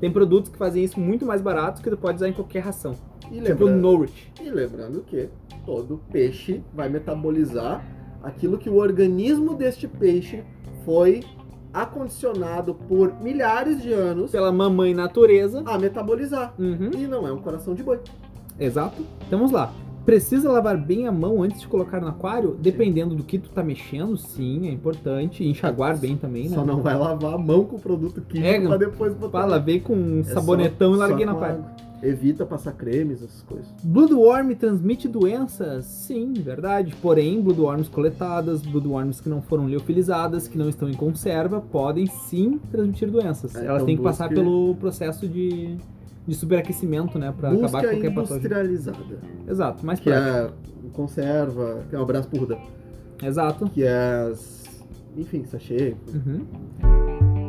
Speaker 1: Tem produtos que fazem isso muito mais baratos que tu pode usar em qualquer ração.
Speaker 2: E
Speaker 1: Tipo o
Speaker 2: lembrando,
Speaker 1: Nourish.
Speaker 2: e lembrando que todo peixe vai metabolizar aquilo que o organismo deste peixe foi acondicionado por milhares de anos
Speaker 1: Pela mamãe natureza.
Speaker 2: a metabolizar.
Speaker 1: Uhum.
Speaker 2: E não é um coração de boi.
Speaker 1: Exato. Então vamos lá. Precisa lavar bem a mão antes de colocar no aquário? Dependendo do que tu tá mexendo, sim, é importante. Enxaguar bem também, né?
Speaker 2: Só não vai lavar a mão com produto químico
Speaker 1: É,
Speaker 2: pra depois botar.
Speaker 1: Pá, lavei com um
Speaker 2: É
Speaker 1: sabonetão
Speaker 2: só-
Speaker 1: e larguei
Speaker 2: só
Speaker 1: na
Speaker 2: com
Speaker 1: parte.
Speaker 2: água. Evita passar cremes, essas coisas.
Speaker 1: Bloodworm transmite doenças? Sim, verdade. Porém, bloodworms coletadas, bloodworms que não foram liofilizadas, que não estão em conserva, podem sim transmitir doenças.
Speaker 2: É,
Speaker 1: Elas
Speaker 2: então
Speaker 1: têm que passar
Speaker 2: busque-
Speaker 1: pelo processo de, de superaquecimento, né? Pra acabar com
Speaker 2: Busca
Speaker 1: qualquer patógeno.
Speaker 2: industrializada,
Speaker 1: Exato, mais
Speaker 2: que
Speaker 1: prático.
Speaker 2: é conserva, que é um abraço pro Ruda,
Speaker 1: Exato.
Speaker 2: que é as- enfim, sachê.
Speaker 1: Uhum.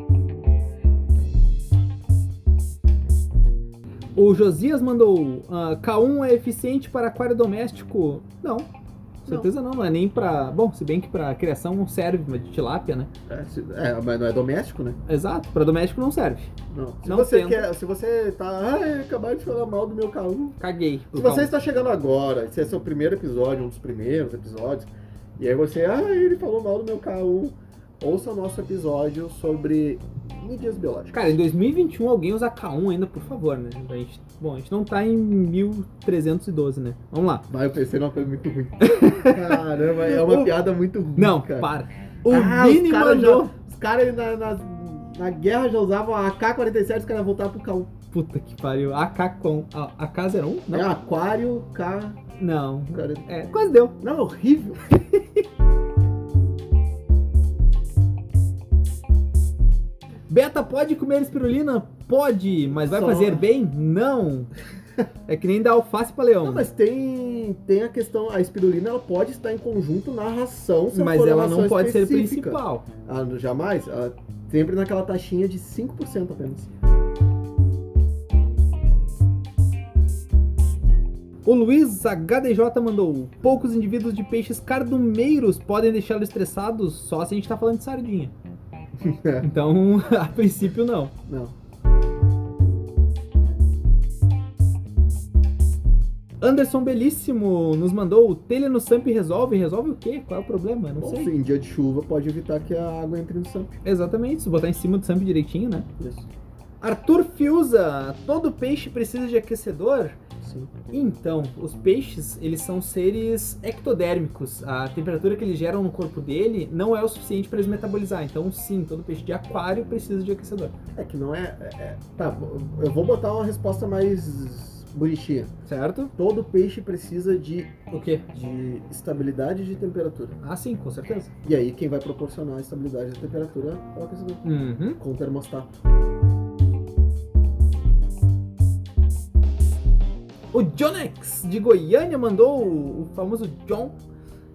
Speaker 1: O Josias mandou ah, K1 é eficiente para aquário doméstico? Não. Com certeza não, não é nem para. Bom, se bem que para criação não serve, mas de tilápia, né?
Speaker 2: É, se- é, mas não é doméstico, né?
Speaker 1: Exato, para doméstico não serve.
Speaker 2: Não. Se
Speaker 1: Não
Speaker 2: você
Speaker 1: tenta.
Speaker 2: quer, se você tá, ai, acabaram de falar mal do meu carro.
Speaker 1: Caguei. pro
Speaker 2: Se você
Speaker 1: K1.
Speaker 2: está chegando agora, esse é seu primeiro episódio, um dos primeiros episódios, e aí você, ah, ele falou mal do meu K1, ouça o nosso episódio sobre mídias biológicas.
Speaker 1: Cara, em 2021 alguém usa K1 ainda, por favor, né? A gente- bom, a gente não tá em 1312, né? Vamos lá.
Speaker 2: Mas eu pensei numa coisa muito ruim.
Speaker 1: [laughs]
Speaker 2: Caramba, é uma
Speaker 1: O-
Speaker 2: piada muito ruim.
Speaker 1: Não,
Speaker 2: cara.
Speaker 1: para. O
Speaker 2: Ah, os
Speaker 1: Vini
Speaker 2: caras
Speaker 1: mandou.
Speaker 2: Os caras na, na, na guerra já usavam a AK-47, os caras voltavam pro K1.
Speaker 1: Puta que pariu. AK com. A, AK01? Não.
Speaker 2: É Aquário K.
Speaker 1: Não.
Speaker 2: Cara...
Speaker 1: É, quase deu.
Speaker 2: Não, é horrível.
Speaker 1: Beta pode comer espirulina? Pode, mas vai
Speaker 2: Só-
Speaker 1: fazer bem? Não. É que nem dar alface pra leão.
Speaker 2: Não,
Speaker 1: mas
Speaker 2: Ah, mas tem, tem a questão, a espirulina ela pode estar em conjunto na ração, se for uma
Speaker 1: ela
Speaker 2: ração
Speaker 1: não pode ser
Speaker 2: específica.
Speaker 1: principal.
Speaker 2: Ah, não, jamais? Ah, sempre naquela taxinha de 5% apenas.
Speaker 1: O Luiz HDJ mandou: poucos indivíduos de peixes cardumeiros podem deixá-lo estressado só se a gente tá falando de
Speaker 2: [laughs]
Speaker 1: sardinha. então, [laughs] a princípio, não.
Speaker 2: Não.
Speaker 1: Anderson Belíssimo nos mandou: telha no Samp resolve? Resolve o quê? Qual é o problema? Não
Speaker 2: Bom,
Speaker 1: sei.
Speaker 2: sim, em dia de chuva pode evitar que a água entre no samp.
Speaker 1: Exatamente, se botar em cima do Samp direitinho, né?
Speaker 2: Isso.
Speaker 1: Arthur Fiuza, todo peixe precisa de aquecedor?
Speaker 2: Sim.
Speaker 1: Então, os peixes, eles são seres ectodérmicos. A temperatura que eles geram no corpo dele não é o suficiente para eles metabolizar. Então, sim, todo peixe de aquário precisa de aquecedor.
Speaker 2: É que não é, é- é- Tá, eu vou botar uma resposta mais bonitinha.
Speaker 1: Certo?
Speaker 2: Todo peixe precisa de,
Speaker 1: O quê?
Speaker 2: de estabilidade de temperatura.
Speaker 1: Ah, sim, com certeza.
Speaker 2: E aí quem vai proporcionar a estabilidade da temperatura é o aquecedor.
Speaker 1: Uhum.
Speaker 2: Com o termostato.
Speaker 1: O Jonex de Goiânia mandou o o famoso John.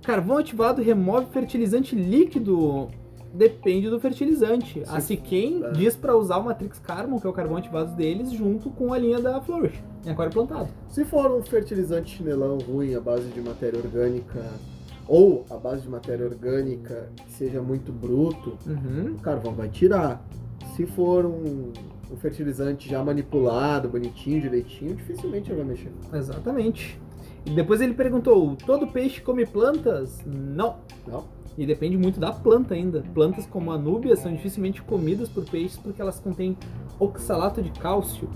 Speaker 1: Carvão ativado remove fertilizante líquido. Depende do fertilizante.
Speaker 2: Sim.
Speaker 1: A Siquem
Speaker 2: É.
Speaker 1: diz pra usar o Matrix Carbon, que é o carvão ativado deles, junto com a linha da Flourish, em aquário plantado.
Speaker 2: Se for um fertilizante chinelão ruim à base de matéria orgânica, ou à base de matéria orgânica que seja muito bruto,
Speaker 1: Uhum.
Speaker 2: o carvão vai tirar. Se for um, um fertilizante já manipulado, bonitinho, direitinho, dificilmente ele vai mexer.
Speaker 1: Exatamente. E depois ele perguntou: todo peixe come plantas? Não.
Speaker 2: Não?
Speaker 1: E depende muito da planta ainda. Plantas como a núbia são dificilmente comidas por peixes porque elas contêm oxalato de cálcio,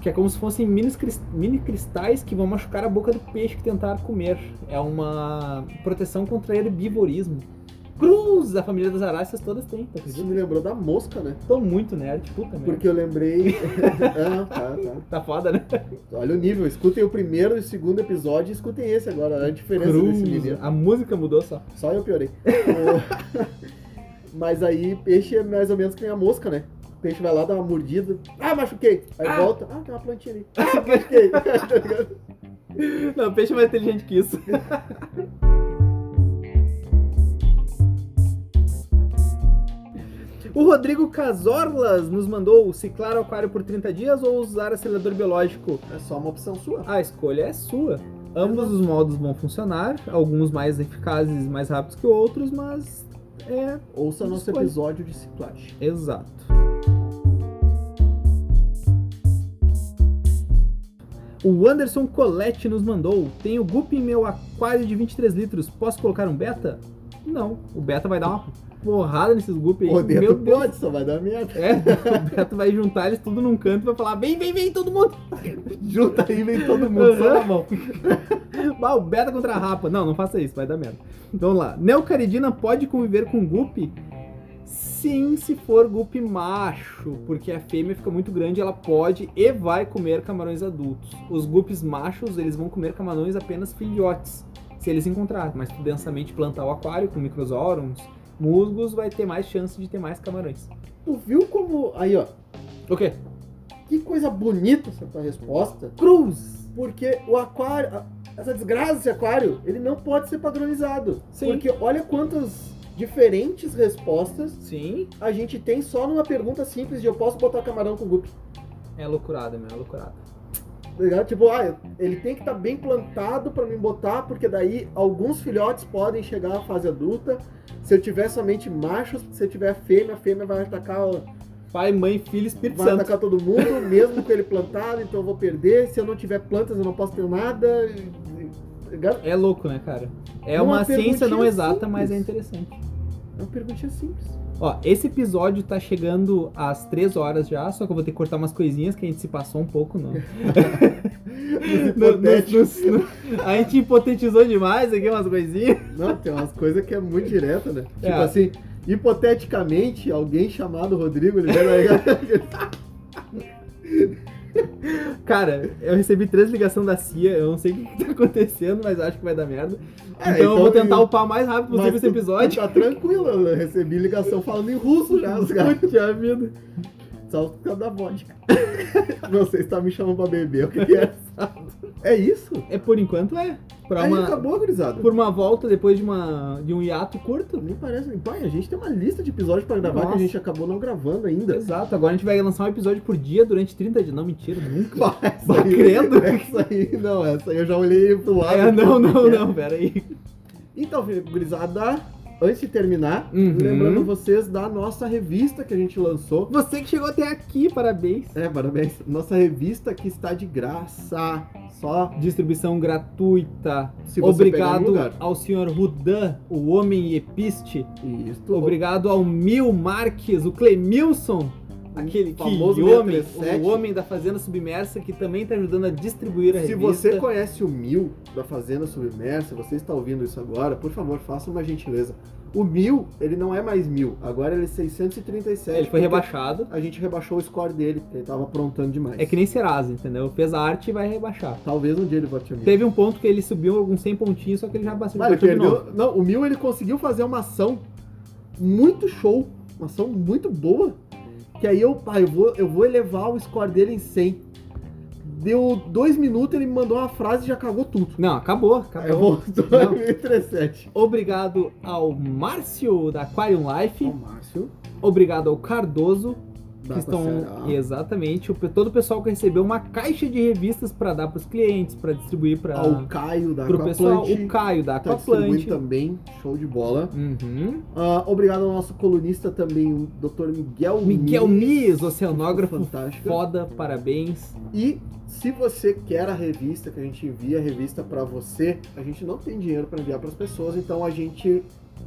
Speaker 1: que é como se fossem minis- cris- mini cristais que vão machucar a boca do peixe que tentar comer. É uma proteção contra herbivorismo. Cruz! A família das aráceas todas tem, tá
Speaker 2: Isso
Speaker 1: acredita?
Speaker 2: me lembrou da mosca, né?
Speaker 1: Tô muito nerd, puta merda.
Speaker 2: Porque eu lembrei. [laughs] ah, tá, tá.
Speaker 1: Tá foda, né?
Speaker 2: Olha o nível. Escutem o primeiro e o segundo episódio e escutem esse agora. Olha A diferença
Speaker 1: Cruz!
Speaker 2: desse menino.
Speaker 1: A música mudou só.
Speaker 2: Só eu [laughs] piorei. O- Mas aí, peixe é mais ou menos que nem a mosca, né? O peixe vai lá, dá uma mordida. Ah, machuquei! Aí
Speaker 1: Ah.
Speaker 2: volta. Ah, tem uma plantinha ali. Ah, [laughs] machuquei! Tá ligado?
Speaker 1: Não, peixe é mais inteligente que isso. O Rodrigo Casorlas nos mandou ciclar o aquário por 30 dias ou usar acelerador biológico.
Speaker 2: é só uma opção sua.
Speaker 1: A escolha é sua. Ambos os modos vão funcionar, alguns mais eficazes e mais rápidos que outros, mas é
Speaker 2: Ouça nosso
Speaker 1: Escolha.
Speaker 2: episódio de ciclagem.
Speaker 1: exato. O Anderson Colette nos mandou: Tenho guppy em meu aquário de 23 litros, posso colocar um beta? Não, o beta vai dar uma porrada nesses guppy aí.
Speaker 2: O
Speaker 1: Meu
Speaker 2: dedo
Speaker 1: Deus
Speaker 2: pode, só vai dar merda.
Speaker 1: é, [laughs] o Beto vai juntar eles tudo num canto e vai falar: vem, vem, vem, todo mundo!
Speaker 2: [laughs] Junta aí, vem todo mundo, só
Speaker 1: tá [laughs]
Speaker 2: na mão.
Speaker 1: Bah, o Beta contra a Rapa. Não, não faça isso, vai dar merda. Então vamos lá. Neocaridina pode conviver com Guppy? Sim, se for Guppy macho, porque a fêmea fica muito grande, ela pode e vai comer camarões adultos. Os Guppies machos, eles vão comer camarões apenas filhotes, se eles encontrarem. Mas tu densamente plantar o aquário com microsórums, musgos, vai ter mais chance de ter mais camarões.
Speaker 2: Tu viu como. Aí, ó.
Speaker 1: O quê?
Speaker 2: Que coisa bonita essa tua resposta.
Speaker 1: Cruz!
Speaker 2: Porque o aquário, a- essa desgraça desse aquário, ele não pode ser padronizado.
Speaker 1: Sim.
Speaker 2: Porque olha quantas diferentes respostas
Speaker 1: Sim,
Speaker 2: a gente tem só numa pergunta simples de eu posso botar camarão com guppy.
Speaker 1: é loucurada, meu, é loucurada.
Speaker 2: Tá ligado? Tipo, ah, ele tem que estar bem plantado pra me botar, porque daí alguns filhotes podem chegar à fase adulta. Se eu tiver somente machos, se eu tiver fêmea, a fêmea vai atacar,
Speaker 1: Pai, mãe, filho, Espírito
Speaker 2: vai
Speaker 1: Santo.
Speaker 2: atacar todo mundo, [laughs] mesmo com ele plantado, então eu vou perder. Se eu não tiver plantas, eu não posso ter nada. e- e- tá ligado?
Speaker 1: É louco, né, cara? É
Speaker 2: Uma
Speaker 1: uma, ciência não
Speaker 2: perguntinha
Speaker 1: exata, mas é
Speaker 2: simples.
Speaker 1: interessante.
Speaker 2: É uma
Speaker 1: [laughs]
Speaker 2: perguntinha simples.
Speaker 1: Ó, esse episódio tá chegando às 3 horas já, só que eu vou ter que cortar umas coisinhas que a gente se passou um pouco, [laughs] não. No-
Speaker 2: hipotéticos.
Speaker 1: no- no- a gente hipotetizou demais aqui umas coisinhas.
Speaker 2: Não, tem umas coisas que é muito direta, né?
Speaker 1: É.
Speaker 2: Tipo assim, hipoteticamente, alguém chamado Rodrigo, ele vai [laughs] largar.
Speaker 1: Cara, eu recebi três ligações da CIA, eu não sei o que que tá acontecendo, mas acho que vai dar merda.
Speaker 2: É,
Speaker 1: então, eu vou tentar
Speaker 2: e-
Speaker 1: upar o mais rápido possível
Speaker 2: mas
Speaker 1: esse
Speaker 2: tu- [laughs]
Speaker 1: episódio.
Speaker 2: Tá tranquilo, eu recebi ligação falando em russo já, os caras.
Speaker 1: Puta vida.
Speaker 2: Só por causa da vodka. [laughs] Você está tá me chamando pra beber, o que que é? É isso?
Speaker 1: É por enquanto, é. Pra
Speaker 2: Aí
Speaker 1: uma,
Speaker 2: acabou, gurizada.
Speaker 1: por uma volta depois de, uma, de um hiato curto.
Speaker 2: Nem parece, nem pai, a gente tem uma lista de episódios pra gravar que
Speaker 1: Nossa.
Speaker 2: a gente acabou não
Speaker 1: [laughs]
Speaker 2: gravando ainda.
Speaker 1: Exato, agora a gente vai lançar um episódio por dia durante 30 dias. Não, mentira, nunca.
Speaker 2: Bah, essa
Speaker 1: Bah, [laughs]
Speaker 2: aí-
Speaker 1: credo.
Speaker 2: Essa aí, não, essa aí eu já olhei pro lado.
Speaker 1: É, não, não, não, peraí.
Speaker 2: Então, Felipe, gurizada, antes de terminar,
Speaker 1: Uhum.
Speaker 2: lembrando vocês da nossa revista que a gente lançou.
Speaker 1: Você que chegou até aqui, parabéns.
Speaker 2: É, parabéns. Nossa revista que está de graça. Só
Speaker 1: Distribuição gratuita.
Speaker 2: se você pegar no
Speaker 1: Obrigado
Speaker 2: lugar.
Speaker 1: ao senhor Rudan, o homem episte.
Speaker 2: Isso.
Speaker 1: Obrigado ao Mil Marques, o Clemilson, Aquele que
Speaker 2: Um famoso
Speaker 1: o homem,
Speaker 2: 637.
Speaker 1: o homem da fazenda submersa que também tá ajudando a distribuir a
Speaker 2: Se
Speaker 1: revista.
Speaker 2: você conhece o Mil da Fazenda Submersa, você está ouvindo isso agora, por favor, faça uma gentileza. O Mil, ele não é mais Mil, agora ele é 637.
Speaker 1: ele foi
Speaker 2: porque
Speaker 1: rebaixado.
Speaker 2: A gente rebaixou o score dele, ele tava aprontando demais.
Speaker 1: É que nem Serasa, entendeu? Fez a arte e vai rebaixar.
Speaker 2: Talvez um dia ele vote a Mil.
Speaker 1: Teve um ponto que ele subiu alguns 100 pontinhos, só que ele já passou
Speaker 2: Mas ele
Speaker 1: de novo.
Speaker 2: perdeu. Não, o Mil ele conseguiu fazer uma ação muito show, uma ação muito boa. Que aí eu, pá, eu vou, eu vou elevar o score dele em 100. Deu dois minutos, ele me mandou uma frase e já cagou tudo.
Speaker 1: Não, acabou, acabou.
Speaker 2: Aí eu [laughs] voltou
Speaker 1: Não.
Speaker 2: 2037.
Speaker 1: Obrigado ao Márcio da Aquarium Life.
Speaker 2: Ó, O Márcio,
Speaker 1: Obrigado ao Cardoso,
Speaker 2: da
Speaker 1: que
Speaker 2: Ceará.
Speaker 1: estão exatamente o, todo o pessoal que recebeu uma caixa de revistas para dar para os clientes, para distribuir para
Speaker 2: Ao Caio da
Speaker 1: o pessoal.
Speaker 2: Aquaplant.
Speaker 1: O Caio da
Speaker 2: tá distribuindo
Speaker 1: Aquaplant.
Speaker 2: também, show de bola.
Speaker 1: Uhum.
Speaker 2: Ah, obrigado ao nosso colunista também, o Dr. Miguel
Speaker 1: Miguel
Speaker 2: Miz,
Speaker 1: Mies, oceanógrafo
Speaker 2: fantástico.
Speaker 1: foda, parabéns.
Speaker 2: E se você quer a revista que a gente envia a revista pra você, a gente não tem dinheiro pra enviar pras pessoas, então a gente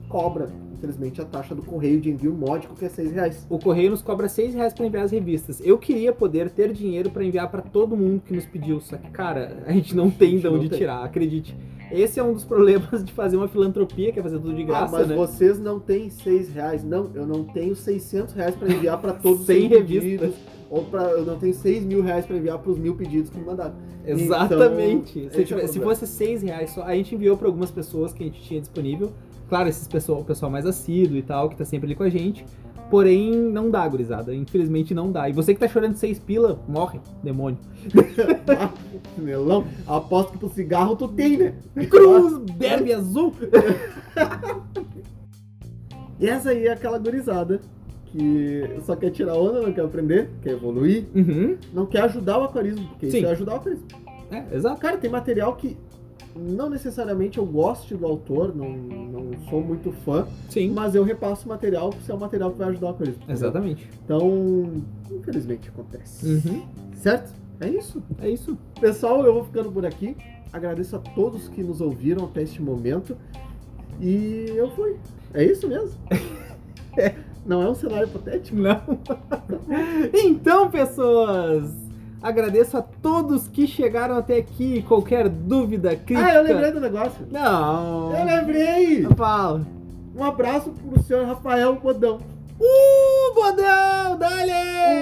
Speaker 2: cobra, infelizmente, a taxa do correio de envio módico que é seis reais.
Speaker 1: O correio nos cobra 6 reais para enviar as revistas. Eu queria poder ter dinheiro para enviar para todo mundo que nos pediu, só que cara, a
Speaker 2: [laughs]
Speaker 1: gente não tem de
Speaker 2: Não
Speaker 1: onde
Speaker 2: tem.
Speaker 1: tirar, acredite. Esse é um dos [laughs] problemas de fazer uma filantropia, que é fazer tudo de
Speaker 2: Ah,
Speaker 1: graça,
Speaker 2: mas
Speaker 1: né?
Speaker 2: vocês não têm seis reais. Não, eu não tenho 600 reais pra enviar pra todos os
Speaker 1: [laughs] Sem
Speaker 2: seus
Speaker 1: revista.
Speaker 2: pedidos. Ou pra, eu não tenho seis mil reais pra enviar pros mil pedidos que me mandaram. [laughs]
Speaker 1: Exatamente.
Speaker 2: Então, esse
Speaker 1: se, tivesse-
Speaker 2: é o
Speaker 1: se
Speaker 2: problema.
Speaker 1: fosse seis reais só, a gente enviou para algumas pessoas que a gente tinha disponível. Claro, esses pessoal, o pessoal mais assíduo e tal, que tá sempre ali com a gente. Porém, não dá, gurizada. Infelizmente não dá. E você que tá chorando seis pila, morre,
Speaker 2: [laughs]
Speaker 1: demônio.
Speaker 2: Melão, Ah, aposto que pro cigarro tu tem, né?
Speaker 1: Cruz, derby azul.
Speaker 2: E essa aí é aquela gurizada que só quer tirar onda, não quer aprender, quer evoluir,
Speaker 1: Uhum.
Speaker 2: não quer ajudar o aquarismo, porque
Speaker 1: Sim.
Speaker 2: isso é ajudar o aquarismo.
Speaker 1: É, exato.
Speaker 2: Cara, tem material que não necessariamente eu goste do autor, não, não sou muito fã,
Speaker 1: Sim.
Speaker 2: mas eu repasso o material, porque é um material que vai ajudar o aquarismo.
Speaker 1: Exatamente.
Speaker 2: Então, infelizmente acontece.
Speaker 1: Uhum.
Speaker 2: Certo? É isso.
Speaker 1: É isso.
Speaker 2: Pessoal, eu vou ficando por aqui. Agradeço a todos que nos ouviram até este momento. E eu fui. É
Speaker 1: [laughs]
Speaker 2: isso mesmo? Não é um cenário hipotético?
Speaker 1: Não. [laughs] Então, pessoas, agradeço a todos que chegaram até aqui. Qualquer dúvida, crítica.
Speaker 2: Ah, eu lembrei do negócio.
Speaker 1: Não.
Speaker 2: Eu lembrei!
Speaker 1: Fala.
Speaker 2: Um abraço pro senhor Rafael Bodão,
Speaker 1: Uh, Bodão, dale!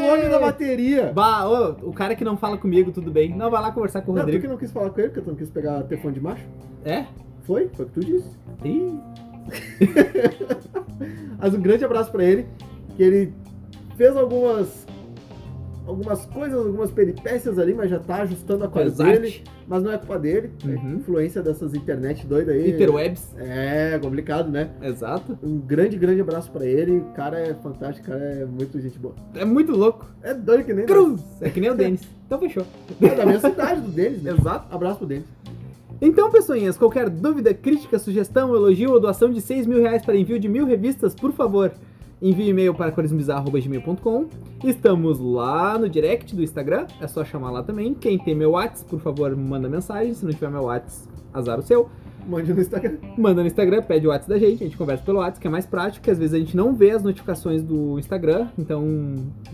Speaker 2: o homem da bateria.
Speaker 1: Bah, ô, o cara que não fala comigo, tudo bem. Não, vai lá conversar com o
Speaker 2: Não, tu
Speaker 1: Rodrigo.
Speaker 2: que não quis falar com ele, porque tu não quis pegar telefone de macho?
Speaker 1: É?
Speaker 2: Foi? Foi o que tu disse.
Speaker 1: Ih,
Speaker 2: Mas um grande abraço pra ele, que ele fez algumas algumas coisas, algumas peripécias ali, mas já tá ajustando a coisa dele.
Speaker 1: Exato.
Speaker 2: Mas não é culpa dele,
Speaker 1: Uhum.
Speaker 2: é influência dessas internet doida aí.
Speaker 1: Interwebs.
Speaker 2: É, complicado, né?
Speaker 1: Exato.
Speaker 2: Um grande, grande abraço pra ele. O cara é fantástico, o cara é muito gente boa.
Speaker 1: É muito louco.
Speaker 2: É doido que nem [laughs]
Speaker 1: Cruz! É que nem o Denis. Então fechou.
Speaker 2: É da minha cidade, do
Speaker 1: [laughs]
Speaker 2: Denis, né?
Speaker 1: Exato.
Speaker 2: Abraço pro Denis.
Speaker 1: Então, pessoinhas, qualquer dúvida, crítica, sugestão, elogio ou doação de 6 mil reais para envio de mil revistas, por favor, envie e-mail para corismobizarro.gmail.com. Estamos lá no direct do Instagram, é só chamar lá também. Quem tem meu Whats, por favor, manda mensagem. Se não tiver meu Whats, azar o seu.
Speaker 2: Mande no Instagram.
Speaker 1: manda no Instagram, pede o WhatsApp da gente, a gente conversa pelo WhatsApp, que é mais prático, que às vezes a gente não vê as notificações do Instagram, então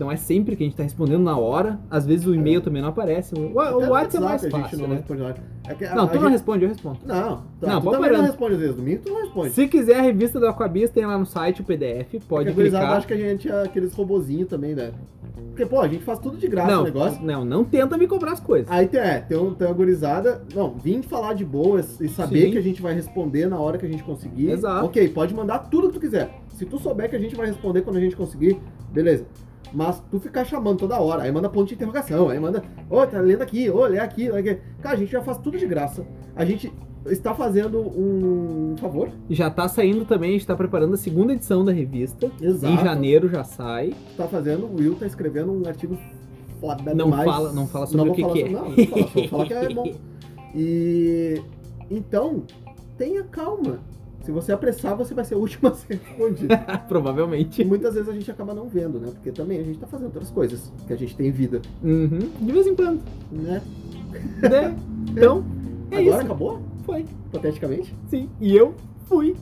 Speaker 1: não é sempre que a gente tá respondendo na hora, às vezes o e-mail também não aparece, o, o
Speaker 2: É. Até no
Speaker 1: WhatsApp é mais
Speaker 2: a gente
Speaker 1: fácil,
Speaker 2: não
Speaker 1: né?
Speaker 2: responde lá. É que a-
Speaker 1: Não,
Speaker 2: a
Speaker 1: tu não
Speaker 2: gente-
Speaker 1: responde, eu respondo.
Speaker 2: Não,
Speaker 1: Não,
Speaker 2: tá, tu
Speaker 1: pode
Speaker 2: também não
Speaker 1: parar.
Speaker 2: responde às vezes. Domingo tu não responde.
Speaker 1: Se quiser a revista do Aquabis, tem lá no site o PDF,
Speaker 2: Porque
Speaker 1: pode
Speaker 2: a gurizada
Speaker 1: clicar.
Speaker 2: acha que a gente é aqueles robozinhos também, né? Porque, pô, a gente faz tudo de graça
Speaker 1: não,
Speaker 2: o negócio.
Speaker 1: não, não tenta me cobrar as coisas.
Speaker 2: Aí tem, é, tem, um, tem uma gurizada. Não, vim falar de boa e saber
Speaker 1: Sim.
Speaker 2: que a gente vai responder na hora que a gente conseguir.
Speaker 1: Exato.
Speaker 2: Ok, pode mandar tudo que tu quiser. Se tu souber que a gente vai responder quando a gente conseguir, beleza. Mas tu ficar chamando toda hora, aí manda ponto de interrogação, aí manda, ô, tá lendo aqui, ô, lê aqui, lê aqui. Cara, a gente já faz tudo de graça. A gente está fazendo um favor.
Speaker 1: Já tá saindo também, a gente tá preparando a segunda edição da revista.
Speaker 2: Exato.
Speaker 1: Em janeiro já sai. [laughs]
Speaker 2: tá fazendo, o Will tá escrevendo um artigo foda
Speaker 1: Não
Speaker 2: demais.
Speaker 1: fala- não fala sobre
Speaker 2: Não
Speaker 1: o
Speaker 2: vou
Speaker 1: que
Speaker 2: falar
Speaker 1: que
Speaker 2: sobre-
Speaker 1: é.
Speaker 2: Não, não vou falar, só vou falar que é
Speaker 1: [laughs]
Speaker 2: bom. E então, tenha calma. Se você apressar, você vai ser o último [laughs] a ser respondido. e
Speaker 1: Provavelmente.
Speaker 2: muitas vezes a gente acaba não vendo, né? Porque também a gente tá fazendo outras coisas, que a gente tem vida,
Speaker 1: Uhum. De vez em quando.
Speaker 2: né?
Speaker 1: Né? Então, é
Speaker 2: [laughs] Agora
Speaker 1: isso.
Speaker 2: acabou?
Speaker 1: Foi.
Speaker 2: Hipoteticamente?
Speaker 1: Sim. E eu fui.